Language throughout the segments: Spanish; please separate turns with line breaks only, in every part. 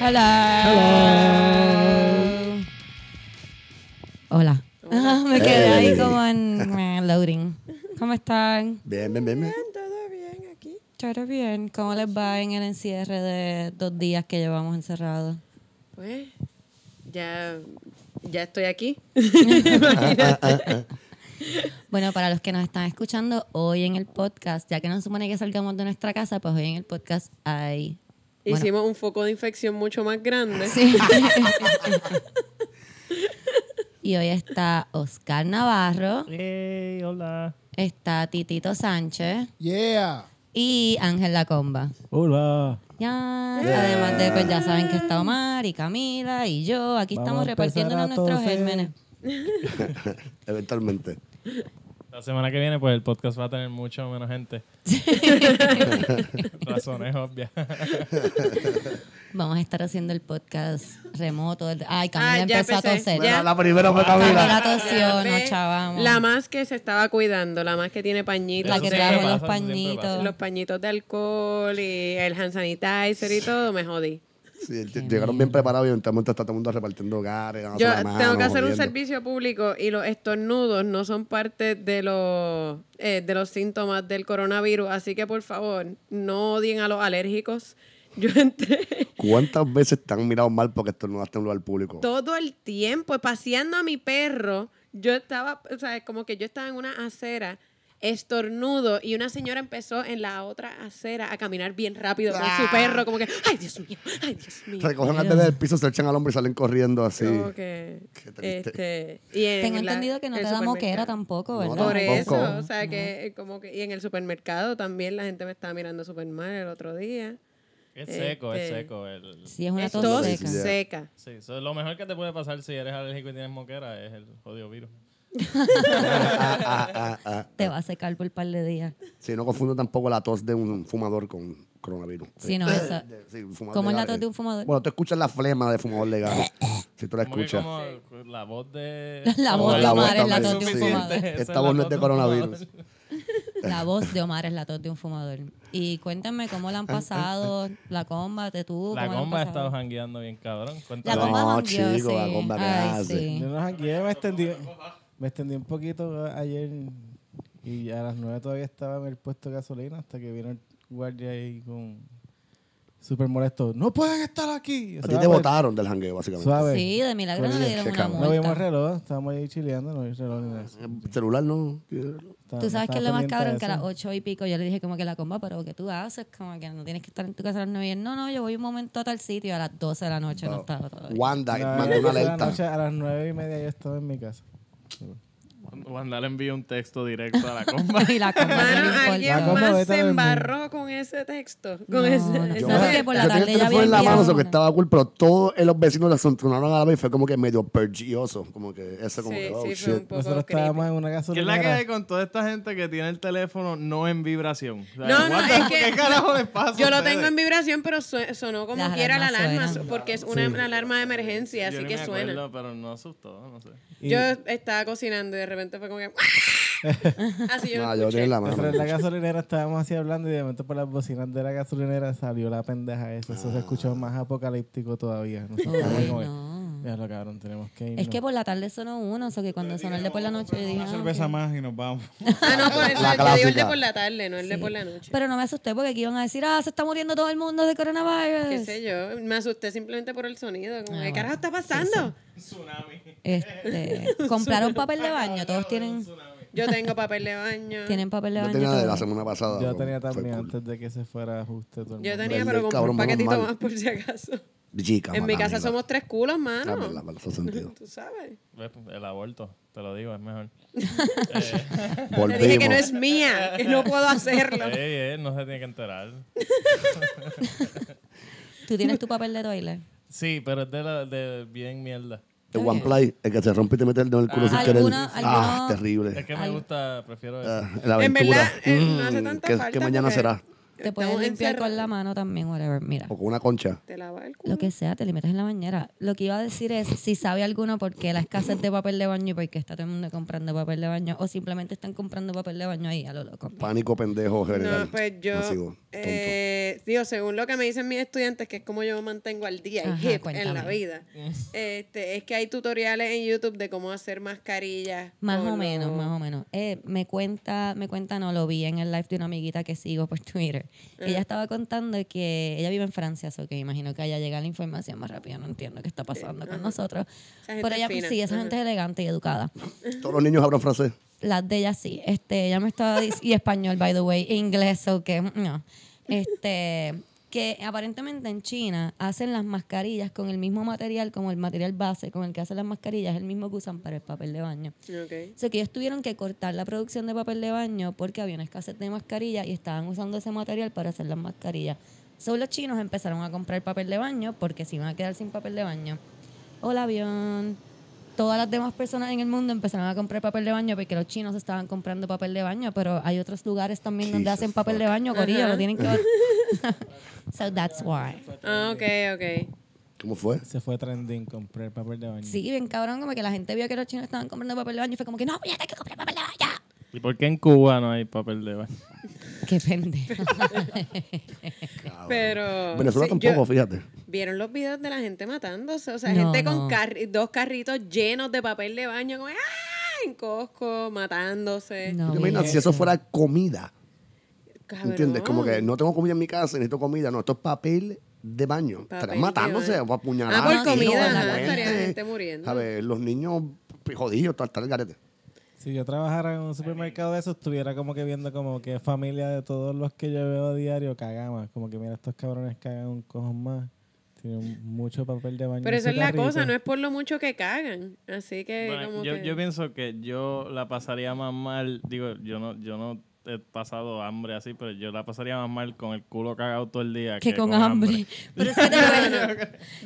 Hello.
Hello.
Hola. Ah, me quedé ahí como en eh, loading. ¿Cómo están?
Bien, bien, bien. bien.
Todo bien aquí.
Todo bien. ¿Cómo les va en el encierre de dos días que llevamos encerrados?
Pues ya, ya estoy aquí.
Bueno, para los que nos están escuchando hoy en el podcast, ya que no se supone que salgamos de nuestra casa, pues hoy en el podcast hay... bueno,
Hicimos un foco de infección mucho más grande.
Sí. y hoy está Oscar Navarro,
Hey, hola.
está Titito Sánchez
Yeah.
y Ángel Lacomba.
Hola.
Ya, además de, pues ya saben que está Omar y Camila y yo. Aquí estamos
Vamos a empezar
repartiéndonos
a
nuestros
toser.
gérmenes.
Eventualmente.
La semana que viene, pues el podcast va a tener mucho menos gente. Razones obvias.
Vamos a estar haciendo el podcast remoto. Ay, Camila
Ah, ya
empezó a
empecé.
toser.
Ya.
La, la primera fue
Camila
Camila.
tosió, no
Ve,
chavamos.
La más que se estaba cuidando, la más que tiene pañitos.
La
Eso
que
de-
siempre
trajo los
pasa, eso siempre
pañitos.
pasa.
los pañitos de alcohol y el hand sanitizer y todo, me jodí.
Sí, ll- llegaron bien preparados y eventualmente está todo el mundo repartiendo hogares. dándose
Yo
la mano,
tengo que hacer un
jodiendo.
servicio público y los estornudos no son parte de los, eh, de los síntomas del coronavirus, así que por favor, no odien a los alérgicos. Yo entré
¿Cuántas veces te han mirado mal porque estornudaste en un lugar público?
todo el tiempo, paseando a mi perro, yo estaba, o sea, como que yo estaba en una acera, estornudo, y una señora empezó en la otra acera a caminar bien rápido con
Ah.
su perro, como que, ay Dios mío, ay Dios mío.
Recogen al bebé del piso, se lo echan al hombro y salen corriendo así.
Como que,
Qué triste.
este, y en
Tengo
la-
entendido que no
el
te da moquera
supermercado.
tampoco,
No,
¿verdad?
Por eso,
Tampoco.
o sea que eh, como que y en el supermercado también la gente me estaba mirando súper mal el otro día.
Es seco, es
Este.
seco. el-
Sí, es una
Es
tos
tos
seca.
Sí, sí,
seca.
Sí, eso es lo mejor que te puede pasar si eres alérgico y tienes moquera es el jodido virus.
Ah, ah, ah, ah.
Te va a secar por un par de días.
Sí, no confundo tampoco la tos de un fumador con coronavirus.
Sí, no, esa-
De- sí, un fumador
¿Cómo es la
legal,
tos de
eh.
un fumador?
Bueno, tú escuchas la flema de fumador legal. si tú la
Como que
escuchas.
como la voz de...
La
voz de Omar es la voz
también.
de un
Suficiente,
fumador.
esa
Esta
la
voz no es
voz
de
un fumador.
coronavirus.
La voz de Omar es la tos de un fumador. Y cuéntame cómo la han pasado, la comba, te tú.
La
cómo han
comba ha
pasado.
estado jangueando bien cabrón.
La
Cuéntame.
No,
comba jangueó,
chico, la
sí.
comba que
Ay,
hace.
sí.
Yo no jangueé, me extendí, me extendí un poquito a- ayer y a las 9 todavía estaba en el puesto de gasolina hasta que vino el guardia ahí con súper molesto. ¡No pueden estar aquí!
A ti te botaron del jangueo, básicamente.
Suave.
Sí, de milagro no le dieron
Qué
una
cabrón.
No vimos
multa.
reloj, estábamos ahí chileando, no vimos reloj ni nada.
El Celular no.
Estaba-
Tú sabes que
estaba
es lo más
pendiente
cabrón
de
que a las
eso.
ocho y pico yo le dije como que la comba, pero que tú haces? Como que no tienes que estar en tu casa a las nueve. Y él, No, no, yo voy un momento a tal sitio a las 12 de la noche. No estaba todavía.
Wanda
No,
mandó una
a las noche,
alerta.
a las 9 y media yo estaba en mi casa.
Pues,
Wanda le envió un texto directo a la comba.
Y la comba no le
Mano,
importa.
alguien
comba
más
vete a
se
dormir.
embarró con ese texto. Con
No,
ese,
no.
Yo,
Yo creo que
esa-
por la tarde
yo tenía el
ya
teléfono en la
había
mano, eso que
enviado
estaba cool, pero todos los vecinos la sontronaron a la vez y fue como que medio pergioso. Como que eso, como
Sí,
que, oh
sí, fue un
shit.
poco
Nosotros
creepy.
estábamos en una
¿Qué
gasolina.
es la que hay con toda esta gente que tiene el teléfono no en vibración? O sea,
No, no,
what the-
es que-
¿Qué carajo les pasa?
Yo
a
lo
ustedes?
tengo en vibración, pero su- sonó como
Las
quiera la
alarmas
alarma,
suenan.
su- porque es una, una alarma de emergencia,
Yo
así
ni
que
me
suena.
acuerdo, pero no asustó, no sé.
Yo estaba cocinando y de repente fue como que... "¡Ah!". así yo, ah,
No,
lo
yo tenía
escuché.
en la
Nosotros
mano.
en la gasolinera estábamos así hablando y de momento por las bocinas de la gasolinera salió la pendeja esa. Eso se escuchó más apocalíptico todavía. Nosotros
Uy,
estábamos como que,
no.
"Ya lo cabrón, tenemos que irnos".
Es que por la tarde sonó uno, o sea que cuando sonó el de por la noche yo dije.
Una
ah,
cerveza
ok.
más y nos vamos.
Ah, no, por eso,
La
yo digo el de
clásica.
por la tarde, no el de
Sí.
por la noche.
Pero no me asusté porque aquí iban a decir, ah, se está muriendo todo el mundo de
Qué
coronavirus.
sé yo, me asusté simplemente por el sonido. Como,
Ah,
¿qué
bueno.
carajo está pasando?
Este, compraron papel de baño, todos tienen,
Yo tengo papel de baño.
tienen papel de
Yo
baño.
tenía de la
todos.
semana pasada.
Yo
fue-
tenía
fue
también
cool.
antes de que se fuera ajuste todo el
Yo
mundo.
tenía,
Vende,
pero compré
cabrón,
un
menos
paquetito
mal.
más por si acaso.
Chica,
En mi
mala
casa
amiga.
somos tres culos,
Ah,
mano.
verdad, verdad, hace sentido.
Tú sabes.
Ve, Pues, El aborto, te lo digo, es mejor.
Te dije que no
Volvimos.
es mía, que no puedo hacerlo.
Ey, ey, no se tiene que enterar.
Tú tienes tu papel de toilet.
Sí, pero es de, la, de bien mierda.
El one play, el que se rompe y te mete el dedo en el culo
Ah.
sin querer.
Alguno-
Ah,
alguno-
Es
terrible.
que me
Ay.
gusta, prefiero eso.
Ah, la
En
aventura.
verdad, eh, no hace
Mm,
tanta
¿qué-
falta
¿Qué mañana
porque-
será?
Te puedes
Estamos
limpiar con la
encerrados.
mano también, whatever. Mira.
O con una concha.
Te lava el culo.
Lo que sea, te le metes en la bañera. Lo que iba a decir es si sabe alguno por qué la escasez de papel de baño y por qué está todo el mundo comprando papel de baño o simplemente están comprando papel de baño ahí a lo loco.
Pánico pendejo general.
No, pues yo,
Masivo, tonto.
eh, digo, según lo que me dicen mis estudiantes, que es como yo me mantengo al día
Ajá,
y hip en la
cuéntame.
vida, este, es que hay tutoriales en YouTube de cómo hacer mascarillas.
Más o
con
menos,
lo-
más o menos. Eh, me cuenta, me cuenta, no, lo vi en el live de una amiguita que sigo por Twitter.
Eh.
Ella estaba contando que ella vive en Francia, eso que me imagino que allá llega la información más rápido, no entiendo qué está pasando con nosotros.
Esa gente
Pero ella,
es fina,
sí, esa
ajá.
gente es elegante y educada.
Todos los niños hablan francés.
Las de ella sí. Este, ella me estaba diciendo, y español, by the way, e inglés, o que no. Este, que aparentemente en China hacen las mascarillas con el mismo material, como el material base con el que hacen las mascarillas, el mismo que usan para el papel de baño.
Ok.
O sea, que ellos tuvieron que cortar la producción de papel de baño porque había una escasez de mascarillas y estaban usando ese material para hacer las mascarillas. Solo los chinos empezaron a comprar papel de baño porque se iban a quedar sin papel de baño. O el avión. Todas las demás personas en el mundo empezaron a comprar papel de baño porque los chinos estaban comprando papel de baño, pero hay otros lugares también donde
Jesus
hacen papel de
fuck.
baño, corillo, lo tienen que... so that's why.
Ah, ok, ok.
¿Cómo fue?
Se fue trending, compré el papel de baño.
Sí, bien cabrón, como que la gente vio que los chinos estaban comprando papel de baño y fue como que, no, ya hay que comprar papel de baño.
¿Y por qué en Cuba no hay papel de baño?
Qué pendejo.
Pero.
Venezuela
Ah, sí, yo-
tampoco, fíjate.
¿Vieron los videos de la gente matándose? O sea,
No,
gente con
no.
carri- dos carritos llenos de papel de baño, como ¡ah! en Costco, matándose.
No,
¿Tú te imaginas
mira
si eso
eso.
fuera comida?
Cabrón.
¿Entiendes? Como que no tengo comida en mi casa, necesito comida. No, esto es papel de baño.
Papel
Estarán
de
matándose
baño.
o apuñaladas.
Ah, por
tiros,
comida, ajá,
muertes.
estaría
gente muriendo.
¿Sabes? Los niños pues, jodidos, tal, tal, garete.
Si yo trabajara en un supermercado de esos, estuviera como que viendo como que familia de todos los que yo veo a diario cagan más. Como que mira, estos cabrones cagan un cojón más. Tienen mucho papel de baño.
Pero eso es la cosa, no es por lo mucho que cagan. Así que.
Bueno,
Eh, como
yo,
que-
yo pienso que yo la pasaría más mal, digo, yo no, yo no he pasado hambre así, pero yo la pasaría más mal con el culo cagado todo el día
que con hambre. Pero es que te, puedes,
Yo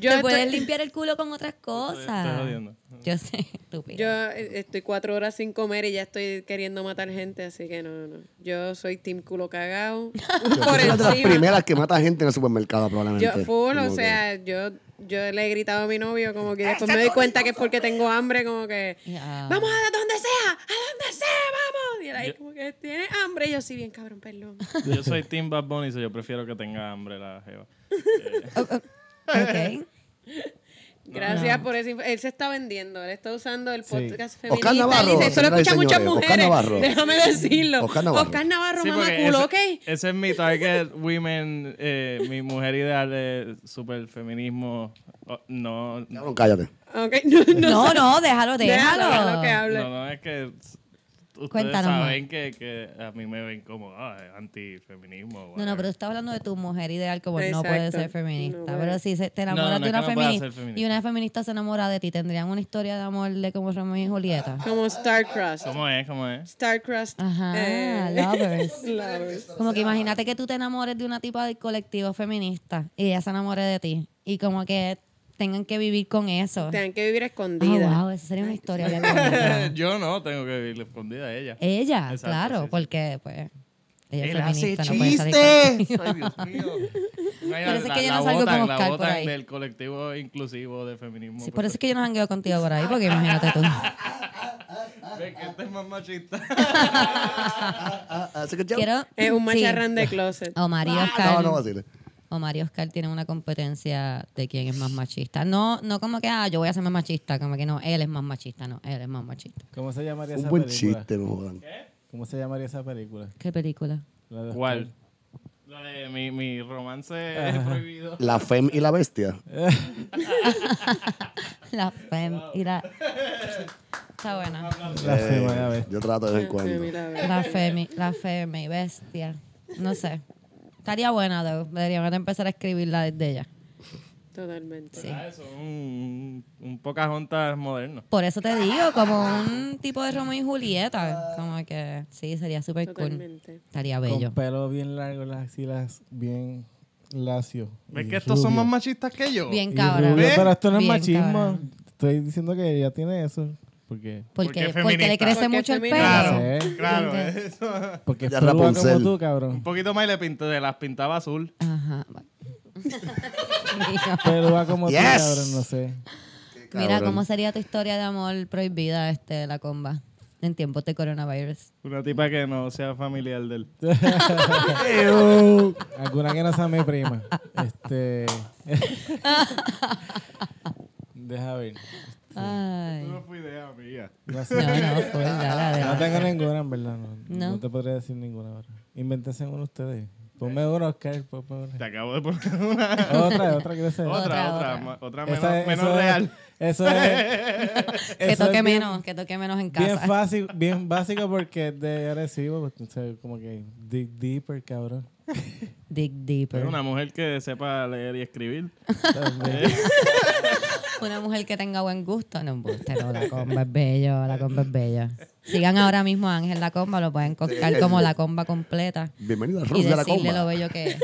te
estoy-
puedes limpiar el culo con otras
estoy
cosas.
jodiendo.
Yo sé, estúpido.
Yo eh, estoy cuatro horas sin comer y ya estoy queriendo matar gente, así que no, no. Yo soy Team Culo Cagao. por
Tú eres de las
encima.
primeras que mata gente en el supermercado, probablemente.
Yo, full, o
Como que-
sea, yo, yo le he gritado a mi novio como que después me doy cuenta que es porque tengo hambre, como que
Ya.
vamos a donde sea, a donde sea, vamos. Y él ahí como que tiene hambre y yo sí, bien cabrón, perdón.
Yo soy Team Bad Bunny, so yo prefiero que tenga hambre la jeva.
oh,
Ok.
Gracias por eso. Él se está vendiendo, él está usando el
Sí.
podcast
Oscar
feminista. Él
Navarro,
dice, eso lo
señoras y
escuchan muchas
señores, Oscar
mujeres.
Navarro.
Déjame decirlo.
Oscar Navarro.
Oscar Navarro,
Sí,
mamá
porque
culo,
ese,
¿ok?
ese es mi target women, eh, mi mujer ideal de super feminismo. no, no,
Cabrón, cállate.
Ok, no,
No,
no,
no, déjalo,
déjalo, déjalo que
déjalo.
hable.
no, es que s- ustedes
Cuéntanos más.
saben que, que a mí me ven como ah, antifeminismo.
No, no,
whatever.
pero tú estás hablando de tu mujer ideal, como no
Exacto.
puede ser
No
feminista.
puede.
pero si se- te
No,
enamoras
no
de
es
una
que no pueda
feminista
ser feminista.
y una feminista se enamora de ti, tendrían una historia de amor de como Romeo y Julieta.
Como Starcross.
¿Cómo es? ¿Cómo es?
Starcross.
Ajá,
eh,
lovers.
lovers.
Como que imagínate que tú te enamores de una tipa del colectivo feminista y ella se enamore de ti. Y como que tengan que vivir con eso.
Tengan que vivir
Ah,
escondidas.
wow, esa sería una historia. bien bonita.
Yo no, tengo que vivir escondida a ella.
ella,
Exacto,
claro,
sí, sí.
porque pues ella es
Él hace
feminista, no puede salir
chistes.
con-
Ay, Dios mío. Mira,
Por eso es
la-
que yo
la
no salgo
botan,
con
la
Oscar por
botan
ahí.
del colectivo inclusivo de feminismo.
Sí, por eso es que yo no jangueo contigo por ahí, porque imagínate tú.
Ve que este es más machista.
Ah, ah, así que ya-
Quiero,
Es un
sí, Oh.
macharrán de closet.
Omar
Ah,
y
Ah, No,
Oscar.
no vaciles.
Omar y Oscar tienen una competencia de quién es más machista. No, no como que, ah, yo voy a ser más machista, como que no, él es más machista, no, él es más machista.
¿Cómo se llamaría
Un
esa
buen
película?
chiste, no jodan.
¿Cómo se llamaría esa película?
¿Qué película?
La de
¿Cuál? La de mi, mi romance prohibido.
La fem y la bestia.
La fem y la... Está buena.
La
Eh,
fema, ya ves.
Yo trato de vez en
Ay,
cuando.
Ah, mira, a ver.
La Femi, la Femi, bestia. No sé. Estaría buena, though. Deberíamos de empezar a escribirla desde ella.
Totalmente.
Sí.
Ah, Eso, un, un Pocahontas moderno.
Por eso te digo, como un tipo de Romeo y Julieta. Como que sí, sería súper cool.
Totalmente.
Estaría bello.
Con pelo bien largo, las axilas bien lacio.
¿Ves
y
que estos son
rubio.
más machistas que yo?
Bien
Y
cabrón.
rubio, Pero esto no es
Bien
machismo.
cabrón.
Estoy diciendo que ella tiene eso. Porque,
¿Por
Porque
qué?
es
Porque le
feminista.
crece
Porque es
mucho el pelo.
feminista.
Claro,
Sí.
claro.
Como que-
eso.
porque es
Ya
pelúa como
Rapunzel.
tú,
Un
cabrón.
poquito más y le pinté, de las pintaba azul.
Ajá. va.
Pelúa como
Yes.
tú, cabrón, no sé.
Mira,
Cabrón.
¿cómo sería tu historia de amor prohibida este, la comba en tiempos de coronavirus?
Una tipa que no sea familiar de él.
Alguna que no sea mi prima. Este. Deja ver.
Ay.
No fue idea mía.
No sé.
No, no, pues, fue dale,
No
dale.
tengo ninguna, en verdad. No,
No.
No te podría decir ninguna ahora. Invéntense uno ustedes. Ponme uno, Oscar. Ponme una.
Te acabo de poner una.
Otra, otra que yo sé.
Otra, otra, otra,
otra.
ma- otra
Esa
menos,
es-
menos
eso es-
real.
Eso es.
Que
eso es
toque
bien-
menos, que toque menos en
Bien
casa.
fácil, bien básico porque es de agresivo, porque, o sea, como que dig deeper, cabrón.
Dig
Pero
deeper.
una mujer que sepa leer y escribir.
También.
Una mujer que tenga buen gusto, no embuste, no, la comba es bello, la comba es bello. Sigan ahora mismo a Ángel La Comba, lo pueden coscar como La Comba completa
Bienvenido al
y
Rush de la
decirle lo
Comba.
bello que es.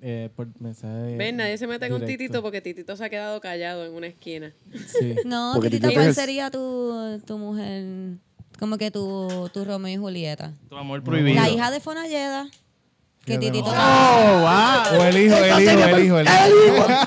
Eh, por mensaje.
Ven, nadie se mete con
directo.
Titito porque Titito se ha quedado callado en una esquina.
Sí.
No,
Porque
Titito,
Titito
¿cuál
es-
sería tu, tu mujer? Como que tu, tu Romeo y Julieta.
Tu amor prohibido.
La hija de Fonalleda. Que
Fíjate.
Titito.
O el hijo, el hijo, el hijo, el hijo.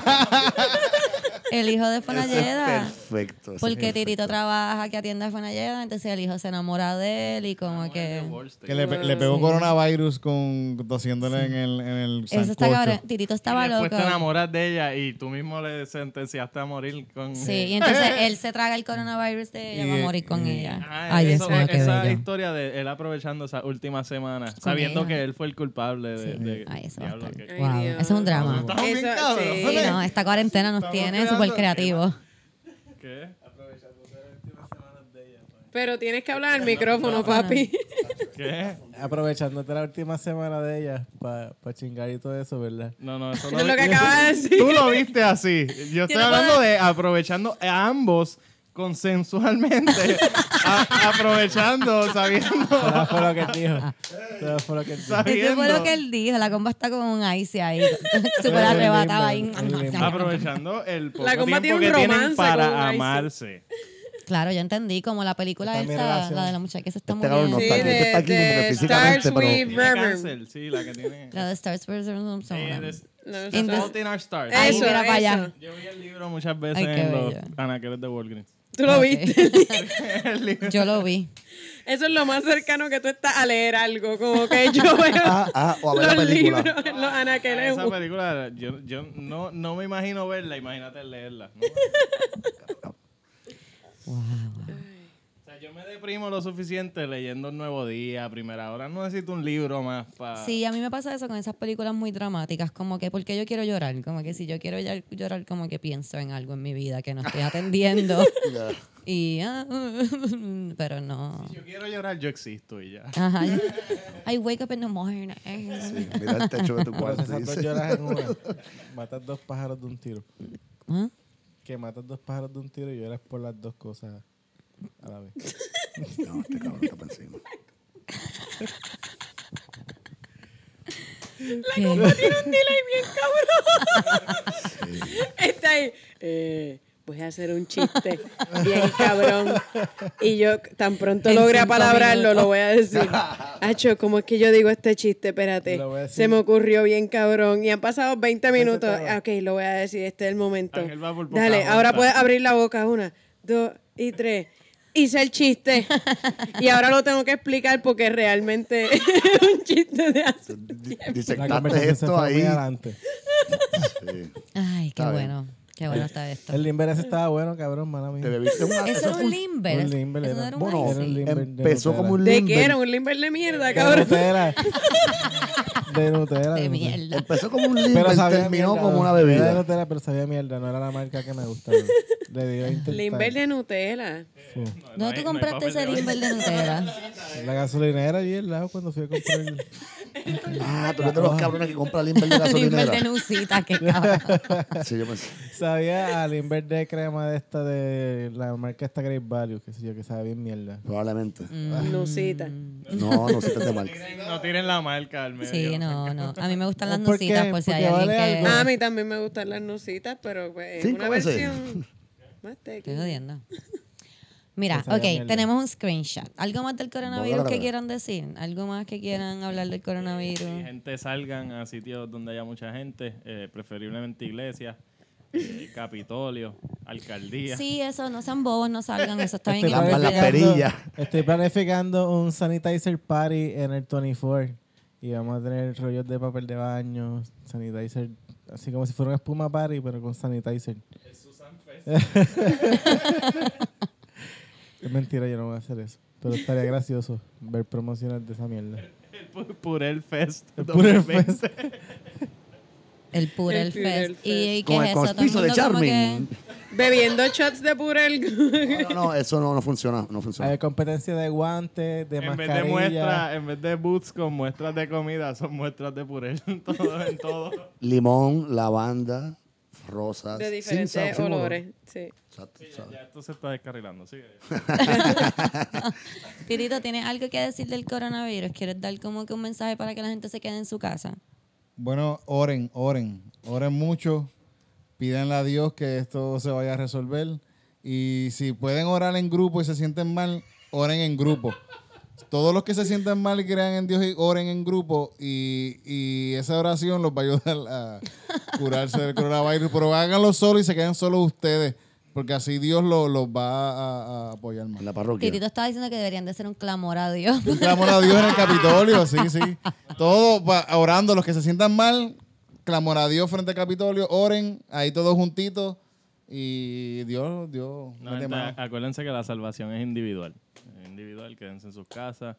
El hijo de Fonalleda.
Perfecto. ese es
Porque
perfecto.
Titito trabaja que atiende a Fonalleda, entonces el hijo se enamora de él y como que.
Wolstein.
Que le, pe- le pegó coronavirus con tosiéndole en el, en el
Eso está cabrón.
sancocho.
Titito
Y
estaba
después
loco.
te enamoras de ella y tú mismo le sentenciaste a morir con...
Sí, y entonces él se traga el coronavirus de ella, va a morir con ella.
Ajá,
Ay,
ah,
eso,
eso-
mío, qué
esa
bello.
historia de él aprovechando esa última semana, sabiendo
ella.
que él fue el culpable de...
Sí.
de-
Ay, eso va a
Diablo,
estar.
que-
Ay,
Wow,
Dios.
eso es un drama.
Estamos bien,
Eso-
cabrón.
sí.
Sí, no, esta cuarentena nos tiene
creando-
súper creativos.
¿Qué?
Pero tienes que hablar al micrófono, papi.
¿Qué?
Aprovechándote la última semana de ellas para chingar y todo eso, ¿verdad?
No, no, eso
Eso
no
es lo que
vi-
acaba de decir.
Tú lo viste así. Yo estoy
no
hablando
puedo-
de aprovechando a ambos consensualmente. A- aprovechando, sabiendo.
Eso fue lo que él dijo. Eso fue lo que él dijo.
Eso fue lo
sabiendo.
que él dijo. La comba está como un ice ahí. Súper arrebatada ahí.
Aprovechando el poco
La comba
tiempo
tiene un
que tienen
romance con
para
Ice.
amarse.
Claro, yo entendí como la película
Está mi
esta,
relación.
la de la muchacha que se está
Este cabrón no
muriendo.
Sí,
está aquí,
de-
este está aquí como
de
que físicamente, pero...
Stars with-
Tiene
Murmur.
cáncer, sí, la que tiene.
La de Stars Wars
Eh, des-
No,
In this-
Fault in Our Stars.
Ahí,
Eso,
mira para allá.
eso.
Yo vi el libro muchas veces
Ay, qué
en los
bello.
anaqueles de Walgreens.
Tú lo
Ok.
viste.
Yo lo vi.
Eso es lo más cercano que tú estás a leer algo. Como que yo veo
Ah, ah, o a ver la
los libros,
película.
los anaqueles.
Esa película, yo, yo no, no me imagino verla, imagínate leerla. ¿no? O sea, yo me deprimo lo suficiente leyendo El Nuevo Día, Primera Hora. No necesito un libro más para...
Sí, a mí me pasa eso con esas películas muy dramáticas, como que porque yo quiero llorar, como que si yo quiero llor- llorar, como que pienso en algo en mi vida que no estoy atendiendo. y ah, pero no.
Yo quiero llorar, yo existo y ya.
Ajá. I wake up in the morning.
Mira el techo de tu
Por
cuarto,
esas dos
dice.
lloras en una. Matas dos pájaros de un tiro.
¿Ah?
Que matas dos pájaros de un tiro y lloras por las dos cosas a la vez.
No, este cabrón está por encima.
¿Qué?
Tiene un delay bien cabrón. Está ahí. eh, voy a hacer un chiste bien cabrón. Y yo tan pronto
En
logre
cinco
apalabrarlo,
minutos.
lo voy a decir. Hacho, ¿cómo es que yo digo este chiste? Espérate.
Lo voy a decir.
Se me ocurrió bien cabrón. Y han pasado 20 minutos. Ah, Ok, lo voy a decir. Este es el momento.
Ángel va por poca
Dale, ahora
vuelta.
puedes abrir la boca. Una, dos y tres. Hice el chiste. y ahora lo tengo que explicar porque realmente es un chiste de hace
Di-
La
Disectaste
conversación se
esto
fue muy
ahí.
adelante.
Sí.
Ay, qué
Está bien.
bueno. Qué bueno está esto.
El limber ese estaba bueno, cabrón, mala mía.
Te bebiste una...
Eso era un limber.
Un
eso-
limber
eso no
era.
era un
Bueno,
icy.
Era un limber. de
empezó
Nutella.
como un
¿De qué
limber. Ah,
era? ¿Un limber de mierda,
De
cabrón?
Nutella.
De
De Nutella. de Nutella.
mierda.
Empezó como un limber, terminó
mierda,
como una
Era de
bebida.
Nutella, pero sabía mierda. No era la marca que me gustaba. Le dio a intentar.
Limber de Nutella.
Fu.
No, tú compraste ese limber de Nutella.
La gasolinera allí al lado cuando fui a comprar. el-
Ah, tú eres de los cabrones que compra limber de
limber de
gasolinera.
Nusita, qué cabrón.
Sí, yo pensé.
Sabía al Inver de crema de esta de la marca esta Great Value, que sé yo, que sabe bien mierda.
Probablemente.
Mm.
Nusita.
No, no se te de mal.
No tiren la marca al medio.
Sí, no, no. A mí me gustan las
¿Por qué?
Nusitas por si hay
Pues Porque
Ah.
alguien
vale
que...
algo.
A mí también me gustan las nusitas, pero pues, es
Sí,
una
cómese.
versión. Más
Estoy
tequila.
jodiendo. Mira,
Esa
ok,
mierda.
tenemos un screenshot. ¿Algo más del coronavirus
Bótala,
que
bótala.
quieran decir? ¿Algo más que quieran hablar del
Y
coronavirus?
gente salgan a sitios donde haya mucha gente, eh, preferiblemente iglesias, eh, Capitolio, alcaldía.
Sí, eso, no sean bobos, no salgan, eso está bien.
Estoy Lamban la
estúpido.
perilla.
estoy planificando un sanitizer party en el 24. Y vamos a tener rollos de papel de baño, sanitizer, así como si fuera una espuma party, pero con sanitizer. es mentira, yo no voy a hacer eso. Pero estaría gracioso ver promociones de esa mierda.
El Pu- Purel Fest.
El Purel Fest.
2020.
El Purel
El
Fest.
Purel
¿Y, y qué
Con
es
el
eso? Todo el
cospiso de
mundo como que-
Charmin.
Bebiendo shots de purel.
No, no, eso no, no funciona. No funciona.
Hay competencia de guantes, de
En vez
mascarilla.
de muestras, en vez de boots con muestras de comida, son muestras de Purel. todo, en todo.
Limón, lavanda, rosas.
de
sin
diferentes
sabor, sin olor.
olores. Sí.
Exacto,
Ya,
¿sabes?
ya esto se está descarrilando, sigue.
Tirito, ¿tienes algo que decir del coronavirus? ¿Quieres dar como que un mensaje para que la gente se quede en su casa?
Bueno, oren, oren, oren mucho, pídanle a Dios que esto se vaya a resolver y si pueden orar en grupo y se sienten mal, oren en grupo. Todos los que se sientan mal y crean en Dios y oren en grupo y, y esa oración los va a ayudar a curarse del coronavirus, pero háganlo solo y se queden solos ustedes, porque así Dios lo- los va a, a apoyar más.
En la parroquia.
Tirito estaba diciendo que deberían de ser un clamor a Dios.
Un clamor a Dios en el Capitolio, sí, sí. Todos va- orando, los que se sientan mal, clamor a Dios frente al Capitolio, oren, ahí todos juntitos. Y Dios, Dios,
No,
mete
gente,
mano.
acuérdense que la salvación es individual. Es individual, quédense en sus casas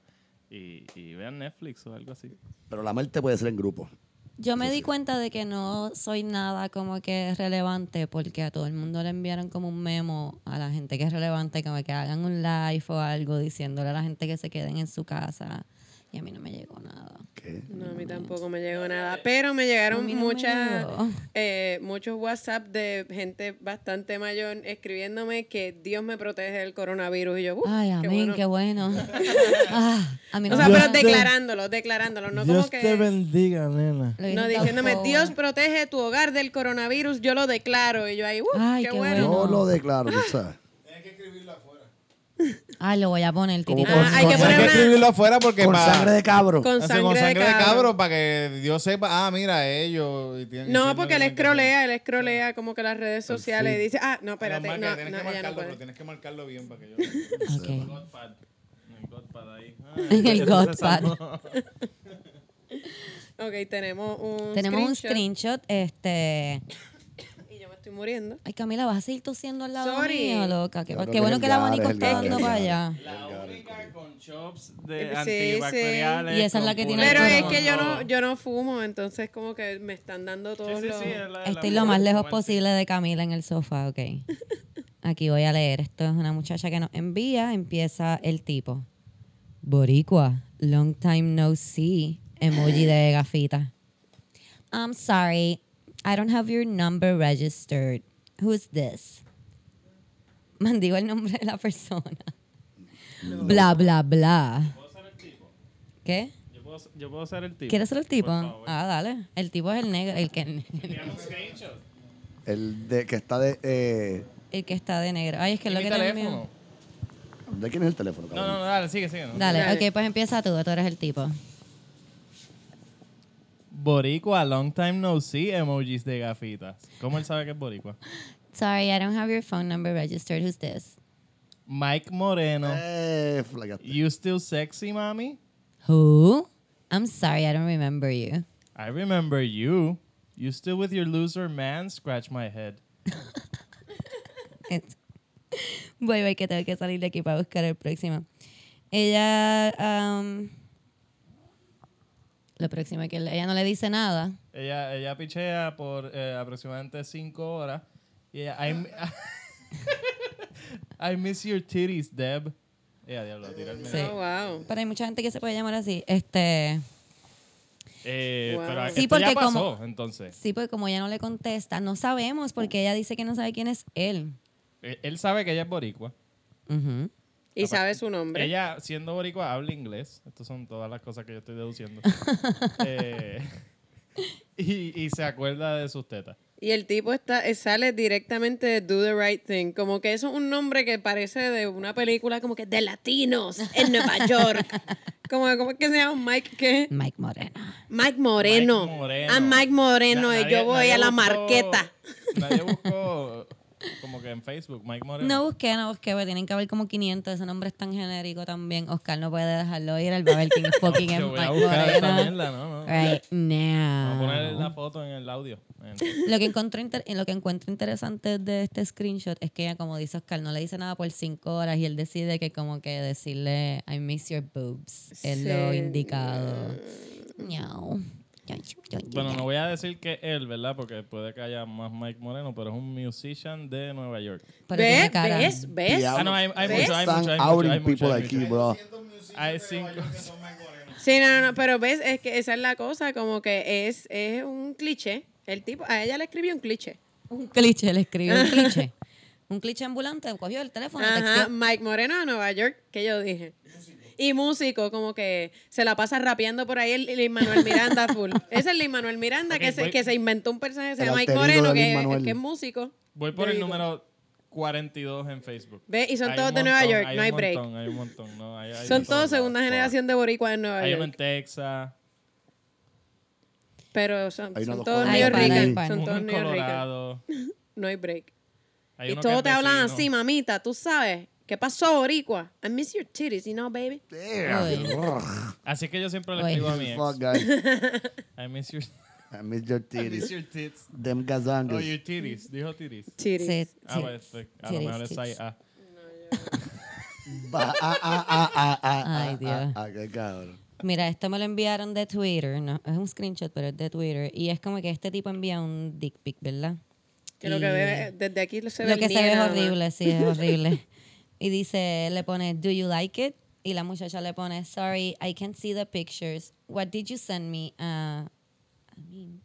y, y vean Netflix o algo así.
Pero la muerte puede ser en grupo.
Yo me di cuenta de que no soy nada como que relevante porque a todo el mundo le enviaron como un memo a la gente que es relevante, como que hagan un live o algo diciéndole a la gente que se queden en su casa. Y a mí no me llegó nada.
¿Qué?
No, a mí tampoco me llegó nada. Pero me llegaron
A mí no me
muchas,
llegó.
eh, muchos WhatsApp de gente bastante mayor escribiéndome que Dios me protege del coronavirus. Y yo, "Uf,
Ay,
qué
amén,
bueno".
qué bueno. Ah, a mí no
O sea,
me-
pero
te-
declarándolo, declarándolo. No
Dios
como que.
te bendiga, nena.
Lo dije
No,
tan
diciéndome,
bobo.
Dios protege tu hogar del coronavirus, yo lo declaro. Y yo ahí, "Uf,
Ay,
qué,
qué
bueno.
Yo
bueno.
lo declaro, tú ¿sabes?
Ay, lo voy a poner,
Como
tirito.
con-
Ah, hay que
con
poner
Hay que
una-
escribirlo afuera porque
Con
pa-
sangre de cabro.
Con
hace-
sangre,
con sangre pues,
de cabro.
para que Dios sepa, ah, mira, ellos. y tienen-
No,
diciendo
porque
que
él
hay que hacer-
escrolea, él escrolea como que las redes sociales y dice, ah, no,
Menos
espérate, no,
mal que
no,
tienes que
ella
marcarlo,
no puede.
pero tienes que marcarlo bien para que yo.
Ah, Ok.
Godpad. El Godpad ahí.
En el Godpad.
Ok, tenemos un
Tenemos un
screenshot
screenshot. Este.
Y yo me estoy muriendo.
Ay, Camila, vas a seguir tosiendo al lado
Sorry.
mío, loca. Qué,
Yo creo
qué
que
bueno
el
que el
gar,
abanico
el
está
gar,
dando
el
para
gar.
allá.
La única con chops
Sí, sí.
de antibacteriales.
Y esa es la
con
que tiene
puré,
el
Pero
no,
es
con
que yo
todo.
no, yo no fumo, entonces como que me están dando
Sí,
todos
sí,
los...
sí, es la-
Estoy
la
este lo más
mujer
lejos
joven.
posible de Camila en el sofá, ok. Aquí voy a leer. Esto es una muchacha que nos envía. Empieza el tipo. Boricua, long time no see. Emoji de gafita. I'm sorry, I don't have your number registered. Who's this? Mandigo el nombre de la persona. Bla, bla, bla.
¿Puedo ser el tipo?
¿Qué?
Yo puedo, yo puedo ser el tipo.
¿Quieres ser el tipo?
Por favor.
Ah, dale. El tipo es el negro, el que,
Tenemos screenshot.
El de, que está de. eh,
el que está de negro. Ay, es que es
¿Y
lo
mi
que te envío.
teléfono?
¿De quién es el teléfono?
No,
cabrón?
no, no, dale, sigue, sigue. no.
Dale,
Dale.
ok, pues empieza tú, tú eres el tipo.
Boricua, long time no see, emojis de gafitas. ¿Cómo él sabe que es boricua?
Sorry, I don't have your phone number registered. Who's this?
Mike Moreno,
Eh, flagaste.
you still sexy, mommy?
Who? I'm sorry, I don't remember you.
I remember you. You still with your loser man? Scratch my head.
It's- Voy, voy, que tengo que salir de aquí para buscar el próximo. Ella, um, lo próximo que le- ella no le dice nada.
Ella, ella pichea por eh, aproximadamente 5 horas. Y ella, I, m- I miss your titties, Deb. Ella, diablo, tira el mensaje.
Sí.
Oh, wow.
Pero hay mucha gente que se puede llamar así. Este,
Eh,
Wow.
Pero
Sí,
esto ya
porque
pasó,
como-
entonces.
sí, porque como ella no le contesta, no sabemos porque ella dice que no sabe quién es él.
Eh, Él sabe que ella es boricua.
Ujú.
Y sabe su nombre.
Ella, siendo boricua, habla inglés. Estas son todas las cosas que yo estoy deduciendo. Eh, y, y se acuerda de sus tetas.
Y el tipo está, eh, sale directamente de Do the Right Thing. Como que eso es un nombre que parece de una película como que de latinos en Nueva York. como, ¿Cómo es que se llama Mike? ¿Qué?
Mike Moreno.
Mike Moreno.
Mike Moreno.
A Mike Moreno.
Na-
y
nadie-
yo voy
nadie
a la
buscó-
marqueta.
Nadie buscó como que en Facebook, Mike Moreno.
No busqué, no busqué, pero tienen que haber como 500. Ese nombre es tan genérico también. Oscar no puede dejarlo ir. El Babel King fucking es
Yo voy a
Mike
buscar esta
Moreno. Ah.
mierda, no, no.
Right
Voy a poner la
now.
foto en el audio. En-
Lo que, encontré inter- lo que encuentro interesante de este screenshot es que ella, como dice Oscar, no le dice nada por cinco horas y él decide que como que decirle I miss your boobs es lo
Sí.
indicado. Miau.
Bueno, no voy a decir que él, ¿verdad? Porque puede que haya más Mike Moreno, pero es un musician de Nueva York.
Pero tiene
¿Ves?
cara.
¿Ves? ¿Ves?
Ah, no, hay, hay
¿Ves?
mucho, hay mucho,
Están
hay mucho, hay
outing
mucho,
people
hay
aquí,
mucho.
bro.
Hay cinco.
Sí, no, no, no, pero ves, es que esa es la cosa, como que es, es un cliché. El tipo, a ella le escribió un cliché.
Un cliché, le escribió un cliché. Un cliché ambulante, cogió el teléfono,
Ajá,
texteó.
Mike Moreno de Nueva York, que yo dije. Y músico, como que se la pasa rapeando por ahí el Lin Manuel Miranda full. Ese es Lin Manuel Miranda
Ok,
que,
pues,
se,
voy-
que se inventó un personaje que se
El
llama Mike
alter ego
Moreno,
de
que,
Lin-Manuel.
que es músico.
Voy por el
griego.
número 42 en Facebook.
Ve, y son
Hay
todos
un
de Nueva
montón,
York,
hay
no hay
un
break.
montón, hay un montón, no, hay- hay
Son todos
de todos
segunda
lados.
generación de boricua en Nueva
Hay uno en
York.
Texas,
Pero son,
Hay uno
son
de
todos
Colorado. Hay
neorricas.
pan.
Son
uno
todos
en
neorricas.
Colorado.
No hay break.
hay
y
uno que
todos
es
te hablan
vecino.
así, mamita, tú sabes. ¿Qué pasó, boricua? I miss your titties, you know, baby.
Uy.
Así que yo siempre le
Oye.
escribo a mi ex.
Fuck, guys.
I miss your,
I miss your
I miss
titties.
your tits.
Them
Oh,
gazangas.
your titties. Dijo titties.
Titties.
Sí,
Ah,
sí.
pues, eh, a lo
Titties,
mejor es ahí.
tits.
ah.
Va, ah, ah, ah, ah, ah,
Ay,
ah,
Dios.
ah, ah, qué cabrón.
Mira, esto me lo enviaron de Twitter, ¿no? Es un screenshot, pero es de Twitter. Y es como que este tipo envía un dick pic, ¿verdad?
Que lo
Y
que ve, desde aquí se ve
lo
el
que se
día
ve es
nada más.
horrible, sí, es horrible. y dice, le pone, ¿Do you like it? Y la muchacha le pone, Sorry, I can't see the pictures. What did you send me? Uh, I mean.